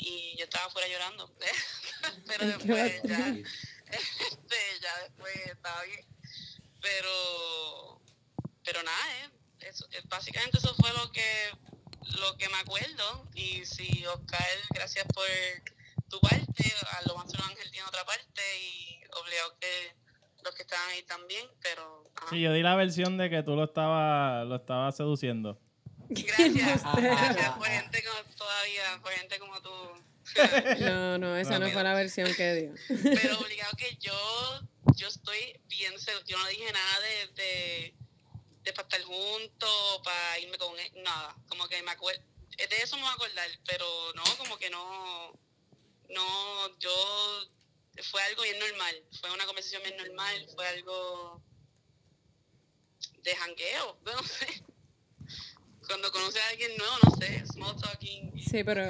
y yo estaba fuera llorando. Pero después ya, este, ya después estaba bien. Pero, pero nada, eh, eso- eh, básicamente eso fue lo que, lo que me acuerdo. Y si Oscar, gracias por tu parte, a lo más un ángel tiene otra parte y obligado que los que estaban ahí también, pero ah, ajá.
Sí, yo di la versión de que tú lo estabas lo estaba seduciendo.
gracias, gracias por gente como todavía, por gente como tú.
No, no, esa no fue la versión que dio.
pero obligado que yo yo estoy bien seg- yo no dije nada de de, de para estar juntos para irme con él, nada como que me acuerdo de eso me voy a acordar pero no como que no no yo fue algo bien normal fue una conversación bien normal fue algo de jangueo no sé cuando conoces a alguien nuevo no sé small talking
Sí, pero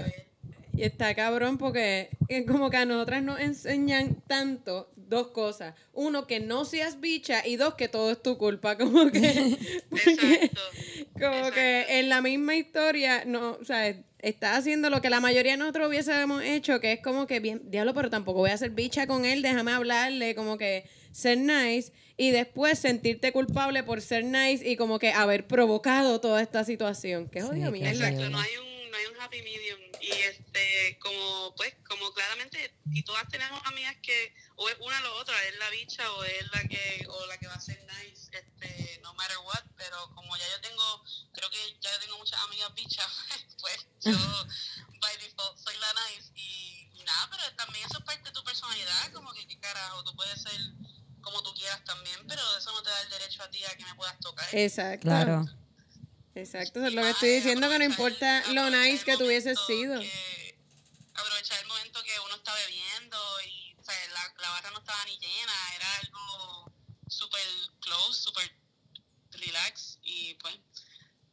y está cabrón porque eh, como que a nosotras nos enseñan tanto dos cosas. Uno, que no seas bicha y dos, que todo es tu culpa. Como que, porque-
exacto
como que
exacto.
en la misma historia, no, o sea, está haciendo lo que la mayoría de nosotros hubiésemos hecho, que es como que, bien, diablo, pero tampoco voy a ser bicha con él, déjame hablarle, como que ser nice y después sentirte culpable por ser nice y como que haber provocado toda esta situación. Qué
Sí,
jodido,
qué
mierda.
feo.
Exacto, no hay un, no hay un happy medium. Y este, como, pues, como claramente, y todas tenemos amigas que, o es una o la otra, es la bicha o es la que, o la que va a ser nice, este, no matter what, pero como ya yo tengo, creo que ya yo tengo muchas amigas bichas, pues yo by default soy la nice y nada, pero también eso es parte de tu personalidad, como que qué carajo, tú puedes ser como tú quieras también, pero eso no te da el derecho a ti a que me puedas tocar.
Exacto.
Claro.
Exacto, eso es lo que estoy diciendo, que no importa lo nice que tú hubieses sido.
aprovechar el momento que uno está bebiendo y o sea, la, la barra no estaba ni llena, era algo súper close, súper relax y pues,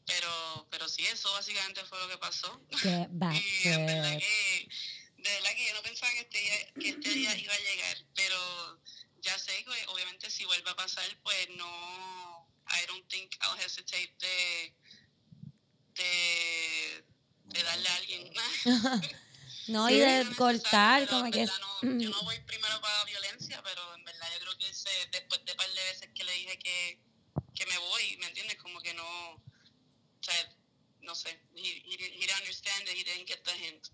pero, pero sí, eso básicamente fue lo que pasó.
Qué
Y en verdad
bachelor.
que, de verdad que yo no pensaba que este, día, que este día iba a llegar, pero ya sé que pues, obviamente si vuelve a pasar, pues no, I don't think I'll hesitate de, de, de darle a alguien.
No, y de cortar,
Pero
como
en
que es.
verdad no- yo no voy primero para la violencia, pero en verdad yo creo que ese- después de par de veces que le dije que, que me voy, ¿me entiendes? Como que no, o sea, no sé, he, he, didn't- he didn't understand it, he didn't get the hint.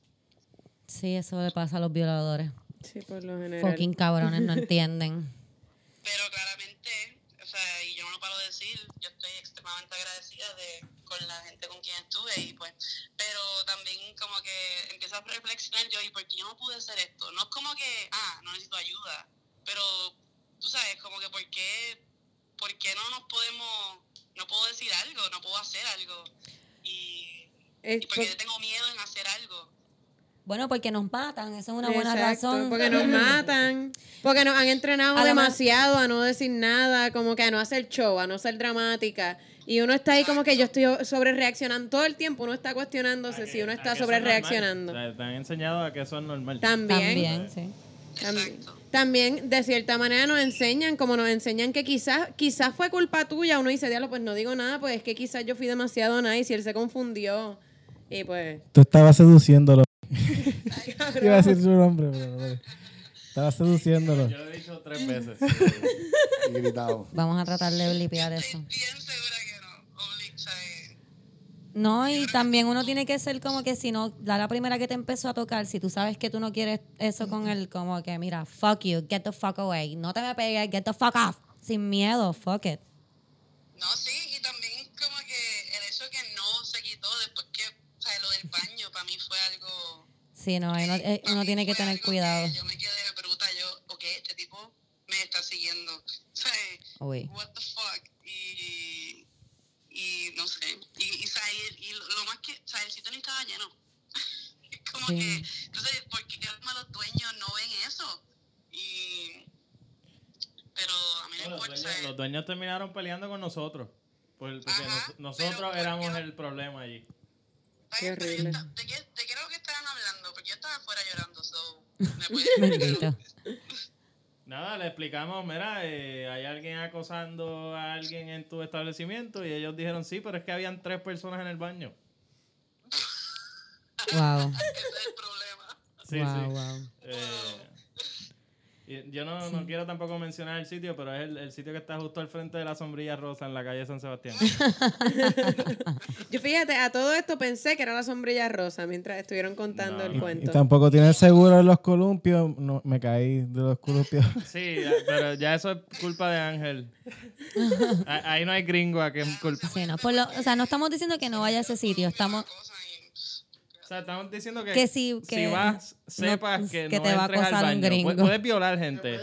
Sí, eso le pasa a los violadores.
Sí, por lo general.
Fucking cabrones, no entienden.
Pero claramente, o sea, y yo no lo paro de decir, yo estoy extremadamente agradecida de, con la gente con quien estuve y pues, pero también como que empiezo a reflexionar yo, ¿y por qué yo no pude hacer esto? No es como que, ah, no necesito ayuda, pero tú sabes, como que por qué, por qué no nos podemos, no puedo decir algo, no puedo hacer algo. Y,
Es
y porque yo tengo miedo en hacer algo.
Bueno, porque nos matan, eso es una
por-
buena
exacto,
razón.
Porque nos matan, porque nos han entrenado
Además-
demasiado a no decir nada, como que a no hacer show, a no ser dramática. Y uno está ahí como que yo estoy sobre reaccionando todo el tiempo, uno está cuestionándose si uno está sobre reaccionando.
Te han enseñado a que eso es normal.
También.
También, sí.
También,
Exacto.
también, de cierta manera, nos enseñan, como nos enseñan que quizás quizás fue culpa tuya. Uno dice, diablo, pues no digo nada, pues es que quizás yo fui demasiado nice y él se confundió. Y pues.
Tú estabas seduciéndolo. Iba a decir su nombre, pero no lo- Estabas seduciéndolo.
Yo lo he dicho tres veces.
Y oh. gritado.
Vamos a tratar de
Yo
blipear
estoy
eso.
bien segura que no, oblig- o sea,
No, y también uno tiene que ser como que si no, da la primera que te empezó a tocar, si tú sabes que tú no quieres eso con él, como que mira, fuck you, get the fuck away, no te me pegues, get the fuck off, sin miedo, fuck it.
No, sí, y también como que el hecho que no se quitó después que, o sea, lo del baño para mí fue algo...
Sí, no, ahí no- eh,
para
uno
mí
tiene que
fue
tener
algo
cuidado.
Yo me quedé bruta, yo, ok, este tipo me está siguiendo. O sea,
Uy.
what the fuck, y, y no sé, y, y, o sea, y- y lo más que, o sea, el sitio ni estaba lleno. Es como
Sí.
que, entonces, ¿por qué los dueños no ven eso? Y... Pero a mí
Los
no importa. o
dueños,
sea,
los dueños terminaron peleando con nosotros. por- Porque
Ajá,
nos- nosotros
pero-
éramos el problema allí.
Ay,
Qué
pero yo
horrible.
esta- ¿De qué, ¿De qué era lo que estaban hablando? Porque yo estaba afuera llorando, so, ¿me puedes
Bendito.
Nada, le explicamos, mira, eh, hay alguien acosando a alguien en tu establecimiento y ellos dijeron, sí, pero es que habían tres personas en el baño.
Wow.
Ese es el problema.
Sí,
wow,
sí.
wow.
Eh, y yo no, no quiero tampoco mencionar el sitio, pero es el, el sitio que está justo al frente de la sombrilla rosa en la calle San Sebastián.
Yo fíjate, a todo esto pensé que era la sombrilla rosa mientras estuvieron contando
No.
el
Y-
Y
cuento.
tampoco tiene seguro en los columpios. No, me caí de los columpios.
Sí, ya- pero ya eso es culpa de Ángel. A- Ahí no hay gringo a que culpa.
Sí, no, por lo- o sea, no estamos diciendo que no vaya a ese sitio, estamos
O sea, estamos diciendo que,
Que sí, que
si vas,
no-
sepas que,
que
no
te va a
entres al
acosar
baño.
un
Pu-
gringo.
Puedes violar gente.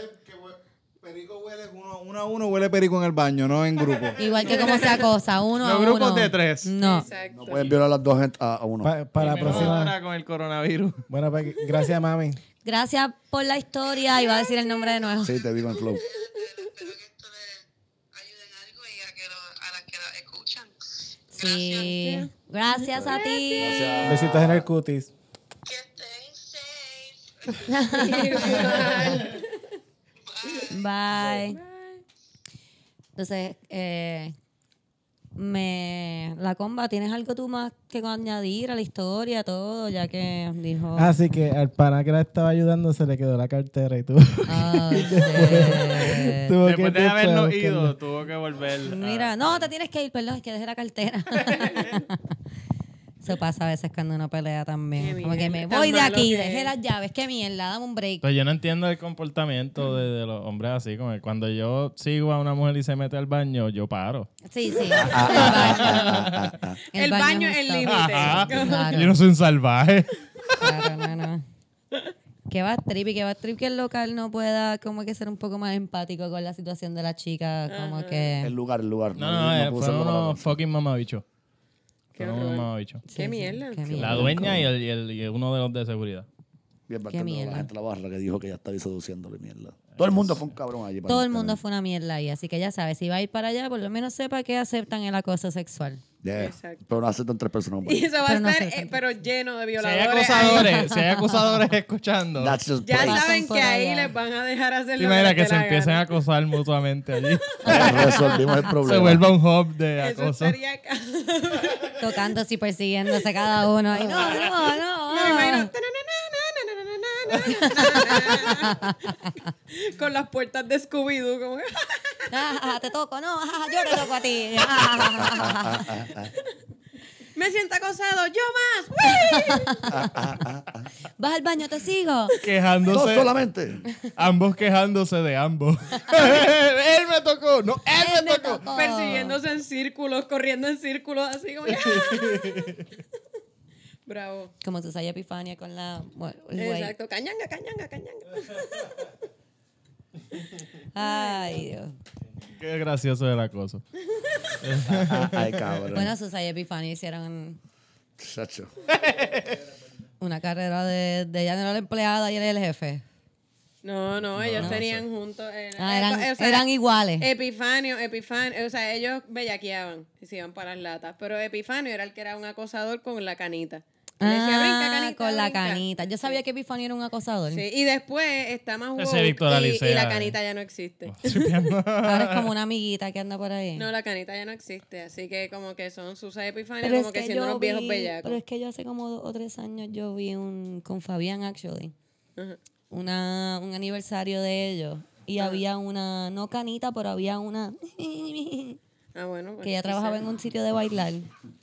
Perico huele uno, uno a uno, huele perico en el baño, no en grupo.
igual que como sea cosa, uno
Los
a uno.
grupos de tres.
No.
Exacto.
Pueden violar las dos gente- a, a uno.
Pa- para la
Menos
próxima.
ahora con el coronavirus.
Bueno, pues, gracias, mami.
Gracias por la historia y va a decir el nombre de nuevo.
Sí, te digo en flow.
Espero que esto les ayude en algo y a, que lo- a las que la escuchan.
Sí. Gracias a ti.
Besitos en el cutis.
Que estén safe.
Bye. Entonces, eh, me, la comba, ¿tienes algo tú más que añadir a la historia, todo? Ya que dijo...
Así que al pana que la estaba ayudando se le quedó la cartera y tú.
Ah, shit.
tuvo
Después
que
de
ir después a
habernos
buscarla.
ido, tuvo que volver. a-
Mira, no, te tienes que ir, perdón, es que dejé la cartera. Eso pasa a veces cuando uno pelea también.
Qué
Como que me
mierda, tan
voy de
malo
aquí,
que
dejé
es.
las llaves, qué mierda, dame un break.
Pues yo no entiendo el comportamiento de, de los hombres así. Como que cuando yo sigo a una mujer y se mete al baño, yo paro.
Sí, sí.
Ah,
El baño es el
un stop.
límite.
Ajá.
Claro.
ah, Yo no soy un salvaje.
Claro, no, no. Que va trip y que va trip que el local no pueda como que ser un poco más empático con la situación de la chica, como
El
que...
lugar, el lugar.
No, no, eh,
puedo
fueron
usarlo para
unos fucking mamabichos. Fueron unos
horror.
mamabichos.
sí,
Qué
sí,
mierda.
qué
La dueña y, el, y el- y uno de los de seguridad.
Bien, bastante
mierda.
la gente de la barra que dijo que ya estaba seduciéndole mierda. Todo el mundo fue un cabrón allí.
Todo el mundo fue una mierda ahí, así que ya sabes, si va a ir para allá, por lo menos sepa que aceptan el acoso sexual.
Yeah.
Exacto.
Pero no aceptan tres personas.
Y
hombre.
eso va
Pero no
a
sé,
estar, eh,
tanto.
pero lleno de
Si hay
violadores. ahí.
acosadores, si hay acosadores escuchando.
That's just
Ya
play.
Pasan
saben
por
que ahí
allá.
les van a dejar hacer lo
Imagina
les
que
dé
se
la
empiecen a
gana.
acosar mutuamente allí.
Resolvimos el problema.
se vuelva un hub de
Eso
acoso.
estaría ca-
Tocándose y persiguiéndose cada uno. ahí, no, no, no.
Me imagino, "Ta-na-na-na-na-na-na-na-na-na-na". Con las puertas de Scooby-Doo. Como... que-
Ah, ah, te toco, no, ah, yo te toco a ti. Ah, ah, ah,
Me siento acosado, yo más.
ah. Vas al baño, te sigo.
No
Quejándose.
solamente.
ambos quejándose de ambos. él me tocó. No, él me
Te
tocó.
toco.
Persiguiéndose en círculos, corriendo en círculos, así como. que, "Ah". Bravo.
Como Susaya Epifania con la... bueno, el güey.
Exacto. Cañanga, cañanga, cañanga.
Ay, Dios.
Qué gracioso el acoso.
Ay, cabrón.
Bueno, Susaya Epifania hicieron
Chacho.
una carrera de, de ella no era la empleada y él era el jefe.
No, no, ellos tenían juntos. eh,
Ah,
eh,
eran,
o sea,
eran iguales.
Eh, Epifanio, Epifanio, o sea, ellos bellaqueaban y se iban para las latas, pero Epifanio era el que era un acosador con la canita. Le decía, "Brinca,
Ah,
canita,
con la
brinca".
canita. Yo sabía que Epifanio era un acosador.
Sí, y después está más
Ese
woke
Víctor
y,
Alicea,
y la
eh.
canita ya no existe.
Ahora es como una amiguita que anda por ahí.
No, la canita ya no existe, así que como que son Susa y Epifanio
pero, es
como que,
que
siendo
yo
unos viejos
vi-
bellacos.
pero es que yo hace como dos o tres años yo vi un con Fabián actually
Ajá.
una, un aniversario de ellos y había una no canita pero había una
Ah, bueno, pues,
que ella
quizá.
trabajaba en un sitio de bailar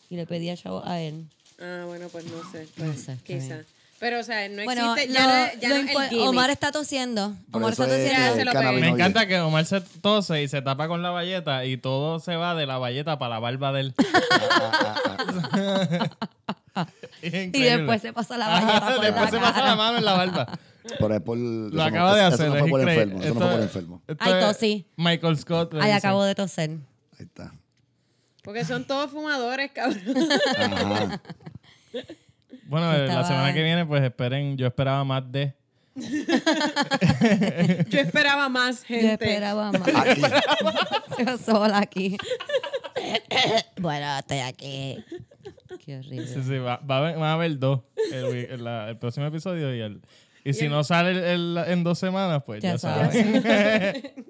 y le pedía chavo a él
Ah, bueno, pues no sé,
No sé, está
quizá.
bien.
Pero o sea, no
bueno
existe
lo-
ya, no, ya
lo
no es el
impo-
gimmick.
Omar está tosiendo
Por
Omar
eso
está
es,
tosiendo
Ya
eh,
se lo
cannabinoide.
Me encanta que Omar se tose y se tapa con la valleta y todo se va de la valleta para la barba de él.
Ah,
Es
y
increíble.
después se pasa la
Ajá,
valleta por
después
la
se pasa
cara.
la mano en la barba.
Pero es por. eso
Lo
no-
acaba de
eso
hacer.
no
es
fue por
increíble.
enfermo. Eso no
Esto
fue por
es-
enfermo.
esto
Ay,
es
tosí.
Michael Scott. le
Ay,
dice.
acabo de toser.
Ahí está.
Porque son todos fumadores, cabrón.
Ajá.
Bueno,
Que
eh, la
estaba-
semana que viene, pues esperen. Yo esperaba más de.
Yo esperaba más gente.
Yo esperaba más. Yo sola aquí. bueno, estoy aquí. Qué
Sí,
horrible.
sí, va, va a haber, van a haber dos. El, wi- el- la- el próximo episodio y el. Y si no sale el- el- en dos semanas, pues ya,
Ya
saben.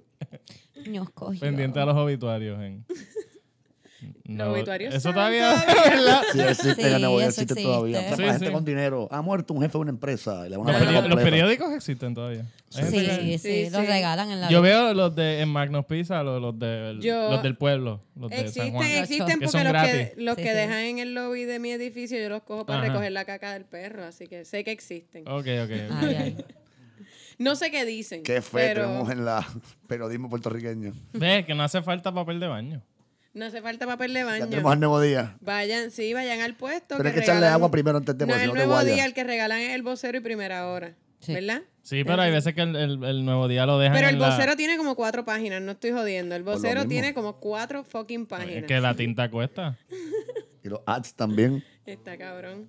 Nos cogió.
Pendiente a los obituarios en No,
obituarios
eso
están
todavía.
¿Verdad?
Sí, existe,
Sí,
la nebulosa
eso
existe
existe.
todavía. O sea,
Sí,
para gente
sí.
con dinero. Ha muerto un jefe de una empresa. Y le van a
Los,
pagar
peri- los
completo.
periódicos existen todavía. Hay
Sí,
gente que-
sí,
Sí,
los
sí.
regalan en la
Yo veo los de en Magnos Pizza, los, los, de,
Yo-
los del pueblo, los de San
Existen,
Juan.
Los
existen
chocos.
Que
porque
son
los que,
gratis.
los
Sí,
que
sí.
dejan en el lobby de mi edificio yo los cojo para
Ajá. Oh.
recoger la caca del perro, así que sé que existen.
Ok, ok. ok.
Ay, ay.
No sé qué dicen.
Qué fe
pero
tenemos en la periodismo puertorriqueño.
Ves que no hace falta papel de baño.
No hace falta papel de
Ya tenemos
baño.
el nuevo día.
Vayan, sí, vayan al puesto.
Pero hay que echarle
regalan-
agua primero antes de
No,
porque si
el
no te
nuevo
guayas.
día el que regalan es el vocero y primera hora.
Sí.
¿Verdad?
Sí, pero hay veces que el, el- el nuevo día lo dejan
Pero el
en la-
vocero tiene como cuatro páginas, no estoy jodiendo. El
lo
vocero
mismo.
tiene como cuatro fucking
Es
páginas.
que la tinta cuesta.
Y los ads también.
Está cabrón.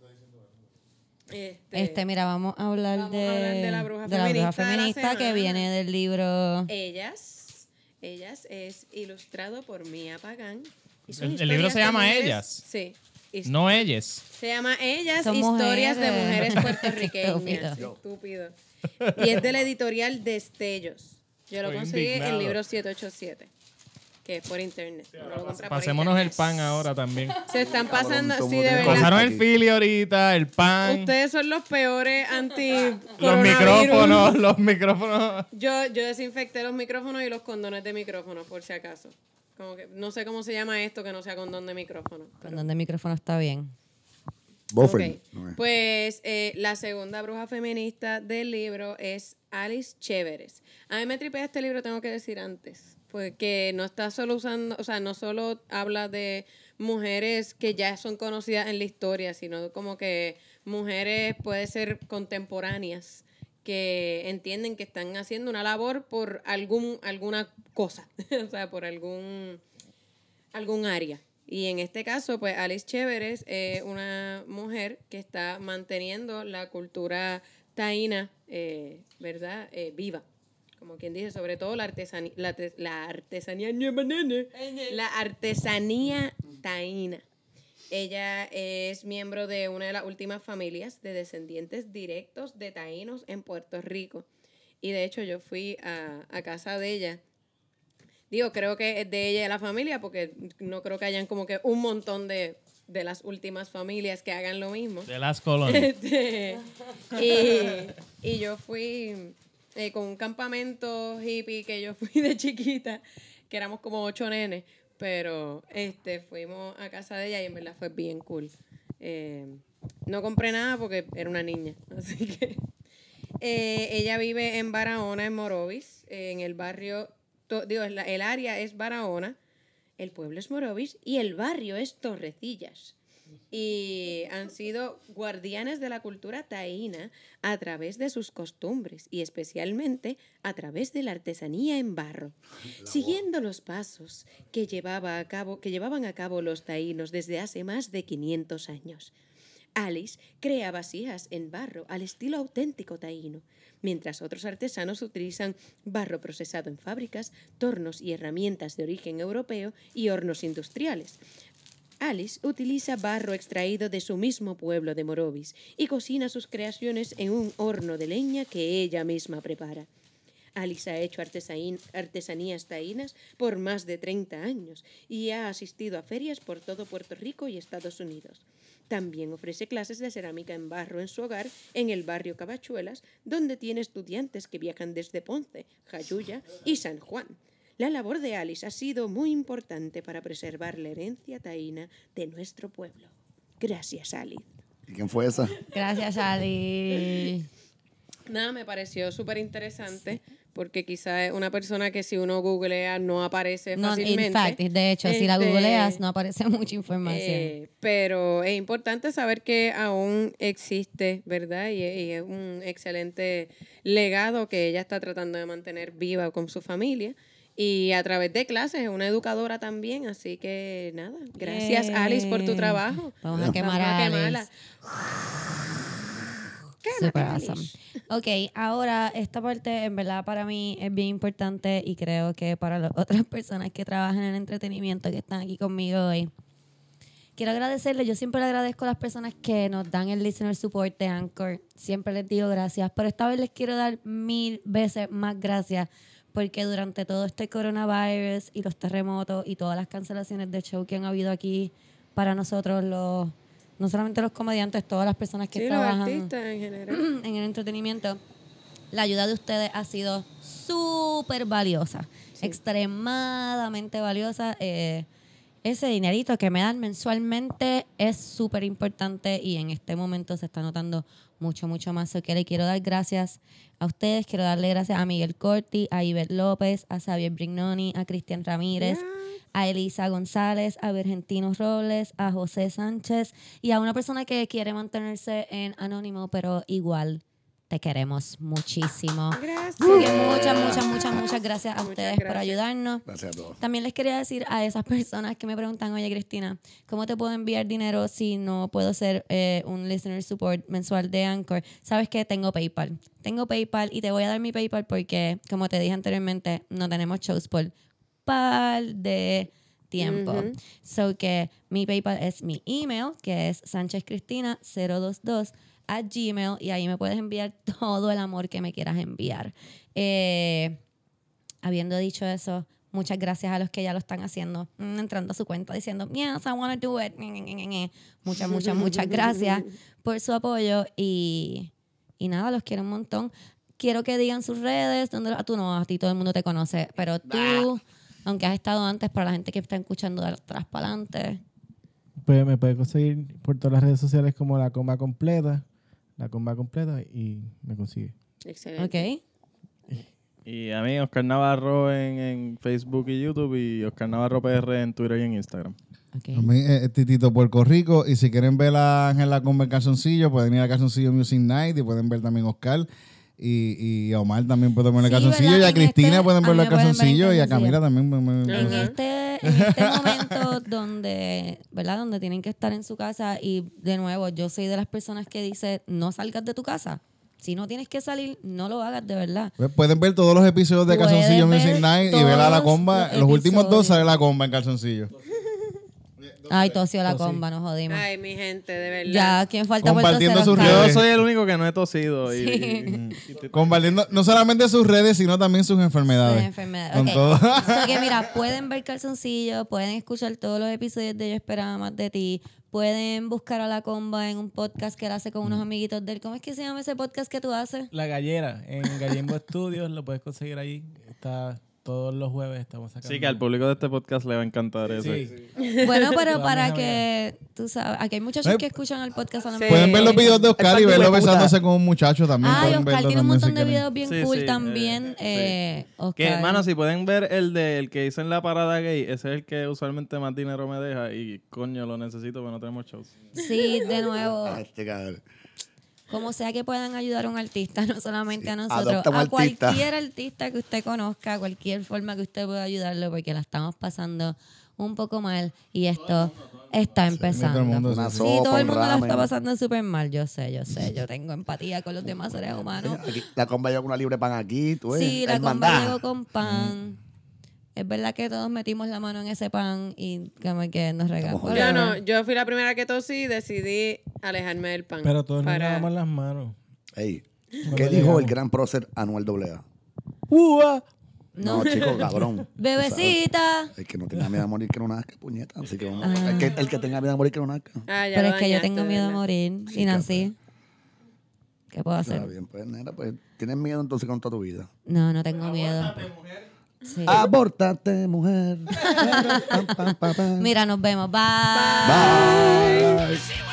Este,
Este, mira, vamos a hablar,
Vamos a
de,
hablar de la bruja
de la bruja
feminista de la
feminista que
semana.
viene del libro.
Ellas. Ellas es ilustrado por Mia Pagán. Y son
El- el
historias
libro se
de
llama
mujeres-
Ellas.
Sí. His-
No ellas.
Se llama Ellas,
Son
historias de
mujeres.
mujeres puertorriqueñas.
Estúpido.
Estúpido. Y es de la editorial Destellos. Yo lo
Estoy
conseguí en
indignado.
el libro 787, que es por internet. Uno lo compra por
Pasémonos el
internet.
pan ahora también.
Se están pasando,
Cabrón,
sí,
todo
de
mundo
verdad.
Pasaron el
Aquí.
fili ahorita, el pan,
Ustedes son los peores anti
los micrófonos, los micrófonos.
Yo, yo desinfecté los micrófonos y los condones de micrófono, por si acaso. Como que, no sé cómo se llama esto que no sea condón de micrófono.
Con donde el micrófono está bien.
Buffer.
Ok. Pues eh, la segunda bruja feminista del libro es Alice Chéveres. A mí me tripea este libro, tengo que decir antes, porque no está solo usando, o sea, no solo habla de mujeres que ya son conocidas en la historia, sino como que mujeres puede ser contemporáneas que entienden que están haciendo una labor por algún alguna cosa, o sea, por algún algún área. Y en este caso, pues Alice Chéveres es una mujer que está manteniendo la cultura taína, eh, ¿verdad? Eh, viva. Como quien dice, sobre todo la artesanía, la, te- la artesanía, la artesanía taína. Ella es miembro de una de las últimas familias de descendientes directos de taínos en Puerto Rico. Y de hecho yo fui a, a casa de ella Digo, creo que es de ella y de la familia, porque no creo que hayan como que un montón de, de las últimas familias que hagan lo mismo.
De las colonias.
Este, y, y yo fui eh, con un campamento hippie que yo fui de chiquita, que éramos como ocho nenes, pero este fuimos a casa de ella y en verdad fue bien cool. Eh, no compré nada porque era una niña, así que... Eh, ella vive en Barahona, en Morovis, eh, en el barrio, to- digo, la- el área es Barahona, el pueblo es Morovis y el barrio es Torrecillas. Y han sido guardianes de la cultura taína a través de sus costumbres y especialmente a través de la artesanía en barro, siguiendo los pasos que, llevaba a cabo, que llevaban a cabo los taínos desde hace más de 500 años. Alice crea vasijas en barro al estilo auténtico taíno, mientras otros artesanos utilizan barro procesado en fábricas, tornos y herramientas de origen europeo y hornos industriales. Alice utiliza barro extraído de su mismo pueblo de Morovis y cocina sus creaciones en un horno de leña que ella misma prepara. Alice ha hecho artesaín- artesanías taínas por más de 30 años y ha asistido a ferias por todo Puerto Rico y Estados Unidos. También ofrece clases de cerámica en barro en su hogar en el barrio Cabachuelas, donde tiene estudiantes que viajan desde Ponce, Jayuya y San Juan. La labor de Alice ha sido muy importante para preservar la herencia taína de nuestro pueblo. Gracias, Alice.
¿Y quién fue esa?
Gracias, Ali.
Nada, me pareció súper interesante porque quizá es una persona que si uno googlea no aparece
No,
fácilmente.
in fact, de hecho, si la
Este,
googleas no aparece mucha información.
eh, pero es importante saber que aún existe, ¿verdad? Y, y es un excelente legado que ella está tratando de mantener viva con su familia. Y a través de clases, es una educadora también. Así que nada, gracias
Yay.
Alice por tu trabajo.
Vamos a quemar
Vamos
a
a
Alice.
quemarla.
Super awesome. Ok, ahora esta parte en verdad para mí es bien importante y creo que para las otras personas que trabajan en entretenimiento que están aquí conmigo hoy. Quiero agradecerles, yo siempre le agradezco a las personas que nos dan el listener support de Anchor, siempre les digo gracias, pero esta vez les quiero dar mil veces más gracias porque durante todo este coronavirus y los terremotos y todas las cancelaciones de show que han habido aquí para nosotros los no solamente los comediantes, todas las personas que
Sí, los
trabajan
artistas en general.
en el entretenimiento, la ayuda de ustedes ha sido súper valiosa, extremadamente valiosa. Eh, ese dinerito que me dan mensualmente es súper importante y en este momento se está notando mucho, mucho más. Así que le quiero dar gracias a ustedes, quiero darle gracias a Miguel Corti, a Iber López, a Xavier Brignoni, a Cristian Ramírez, a Elisa González, a Vergentino Robles, a José Sánchez y a una persona que quiere mantenerse en anónimo, pero igual te queremos muchísimo.
Gracias.
Así que muchas, muchas, muchas, muchas gracias a
Muchas
ustedes por
gracias.
ayudarnos.
Gracias a todos.
También les quería decir a esas personas que me preguntan, oye Cristina, ¿cómo te puedo enviar dinero si no puedo ser eh, un listener support mensual de Anchor? Sabes que tengo PayPal. Tengo PayPal y te voy a dar mi PayPal porque, como te dije anteriormente, no tenemos shows por par de tiempo. So que mi PayPal es mi email, que es sánchezcristina022 a Gmail y ahí me puedes enviar todo el amor que me quieras enviar. Eh, habiendo dicho eso, muchas gracias a los que ya lo están haciendo, mm, entrando a su cuenta diciendo, yes, I want to do it. Ñe, Ñe, Ñe, Ñe, Ñe. Muchas, muchas, muchas gracias por su apoyo y, y nada, los quiero un montón. Quiero que digan sus redes, donde tú no, a ti todo el mundo te conoce, pero tú, aunque has estado antes, para la gente que está escuchando de atrás para adelante,
Pues me puede conseguir por todas las redes sociales como la comba completa, la comba completa y me consigue.
Excelente.
¿ok?
Y a mí, Oscar Navarro en, en Facebook y YouTube y Oscar Navarro PR en Twitter y en Instagram.
Ok.
A mí, eh, Titito Puerto Rico. Y si quieren ver a Ángela con el calzoncillo, pueden ir a Calzoncillo Music Night y pueden ver también a Oscar. Y, y a Omar también pueden ver el
Sí,
calzoncillo.
¿verdad?
Y a
En
Cristina
este-
pueden
a
verlo
mí
el
me pueden ver en
calzoncillo. Y a
calzoncillo.
Camila también pueden ver-
en
Ajá.
este, en este momento donde, ¿verdad? Donde tienen que estar en su casa y de nuevo, yo soy de las personas que dice, no salgas de tu casa. Si no tienes que salir, no lo hagas de verdad.
Pues Pueden ver todos los episodios de
Pueden
Calzoncillo
ver
Music Night y ver a la
todos
comba.
los
Los, últimos
episodios.
dos sale la comba en calzoncillo.
Ay, tosió
pues
la comba, nos jodimos.
Ay, mi gente, de verdad.
ya, ¿quién falta por
Compartiendo
tercero?
sus
Oscar?
Yo
redes.
soy el único que no he tosido. y-
Sí.
y- y- y-
Compartiendo no solamente sus redes, sino también sus enfermedades.
Sus enfermedades,
Con
ok.
todo.
Así que mira, pueden ver calzoncillo, pueden escuchar todos los episodios de Yo Esperaba Más de Ti, pueden buscar a la comba en un podcast que él hace con
Mm.
unos amiguitos de él. ¿Cómo es que se llama ese podcast que tú haces?
La gallera en Gallimbo Studios lo puedes conseguir ahí. Está todos los jueves estamos sacando.
Sí, que al público de este podcast le va a encantar eso.
Sí.
Bueno, pero
Vamos
para
a
que tú sabes, aquí hay muchos
Eh,
chicos que escuchan el podcast solamente.
Pueden ver los
Sí.
videos de Oscar y
Ay,
verlo
hijueputa.
besándose con un muchacho también.
Ay,
pueden
Oscar
verlo
tiene un
también si
montón de
quieren.
videos bien
Sí,
cool
sí, eh,
también.
sí.
eh,
Que,
Oscar.
hermano, si pueden ver el de el que hice en la parada gay, ese es el que usualmente más dinero me deja y coño, lo necesito porque no tenemos shows.
Sí, de nuevo.
Ah, este cabrón.
Como sea que puedan ayudar a un artista, no solamente a nosotros,
adopta un
a
artista.
cualquier artista que usted conozca, cualquier forma que usted pueda ayudarlo, porque la estamos pasando un poco mal y esto está empezando.
todo el mundo,
Una
Sí,
sí,
sopa,
todo el
un
mundo la
ramen.
está pasando súper mal, yo sé, yo sé, yo tengo empatía con los demás seres humanos.
Aquí, la comba llegó con una libre pan aquí, tú ves.
Sí, la comba
hermandad.
llegó con pan. Es verdad que todos metimos la mano en ese pan y como que nos regalamos.
Yo no, yo fui la primera que tosí y decidí alejarme del pan.
Pero todos nos
Para-
lavamos las manos.
Ey,
No
¿Qué
le
dijo
llegamos.
el gran prócer Anuel AA?
¡Ua!
No, chico, cabrón.
Bebecita.
El que no tenga miedo a morir que no nazca, puñeta. Así que vamos. El, que, el que tenga miedo a morir que no nazca.
Ah, ya
Pero es
lo
que yo
dañaste,
tengo miedo a
¿verdad?
morir. Y nací. ¿Qué puedo
Está
hacer?
bien, pues, nena, pues tienes miedo entonces con toda tu vida.
No, no tengo miedo. Sí.
Abortate, mujer. Pam, pam, pam, pam.
Mira, nos vemos. Bye.
Bye.
Bye.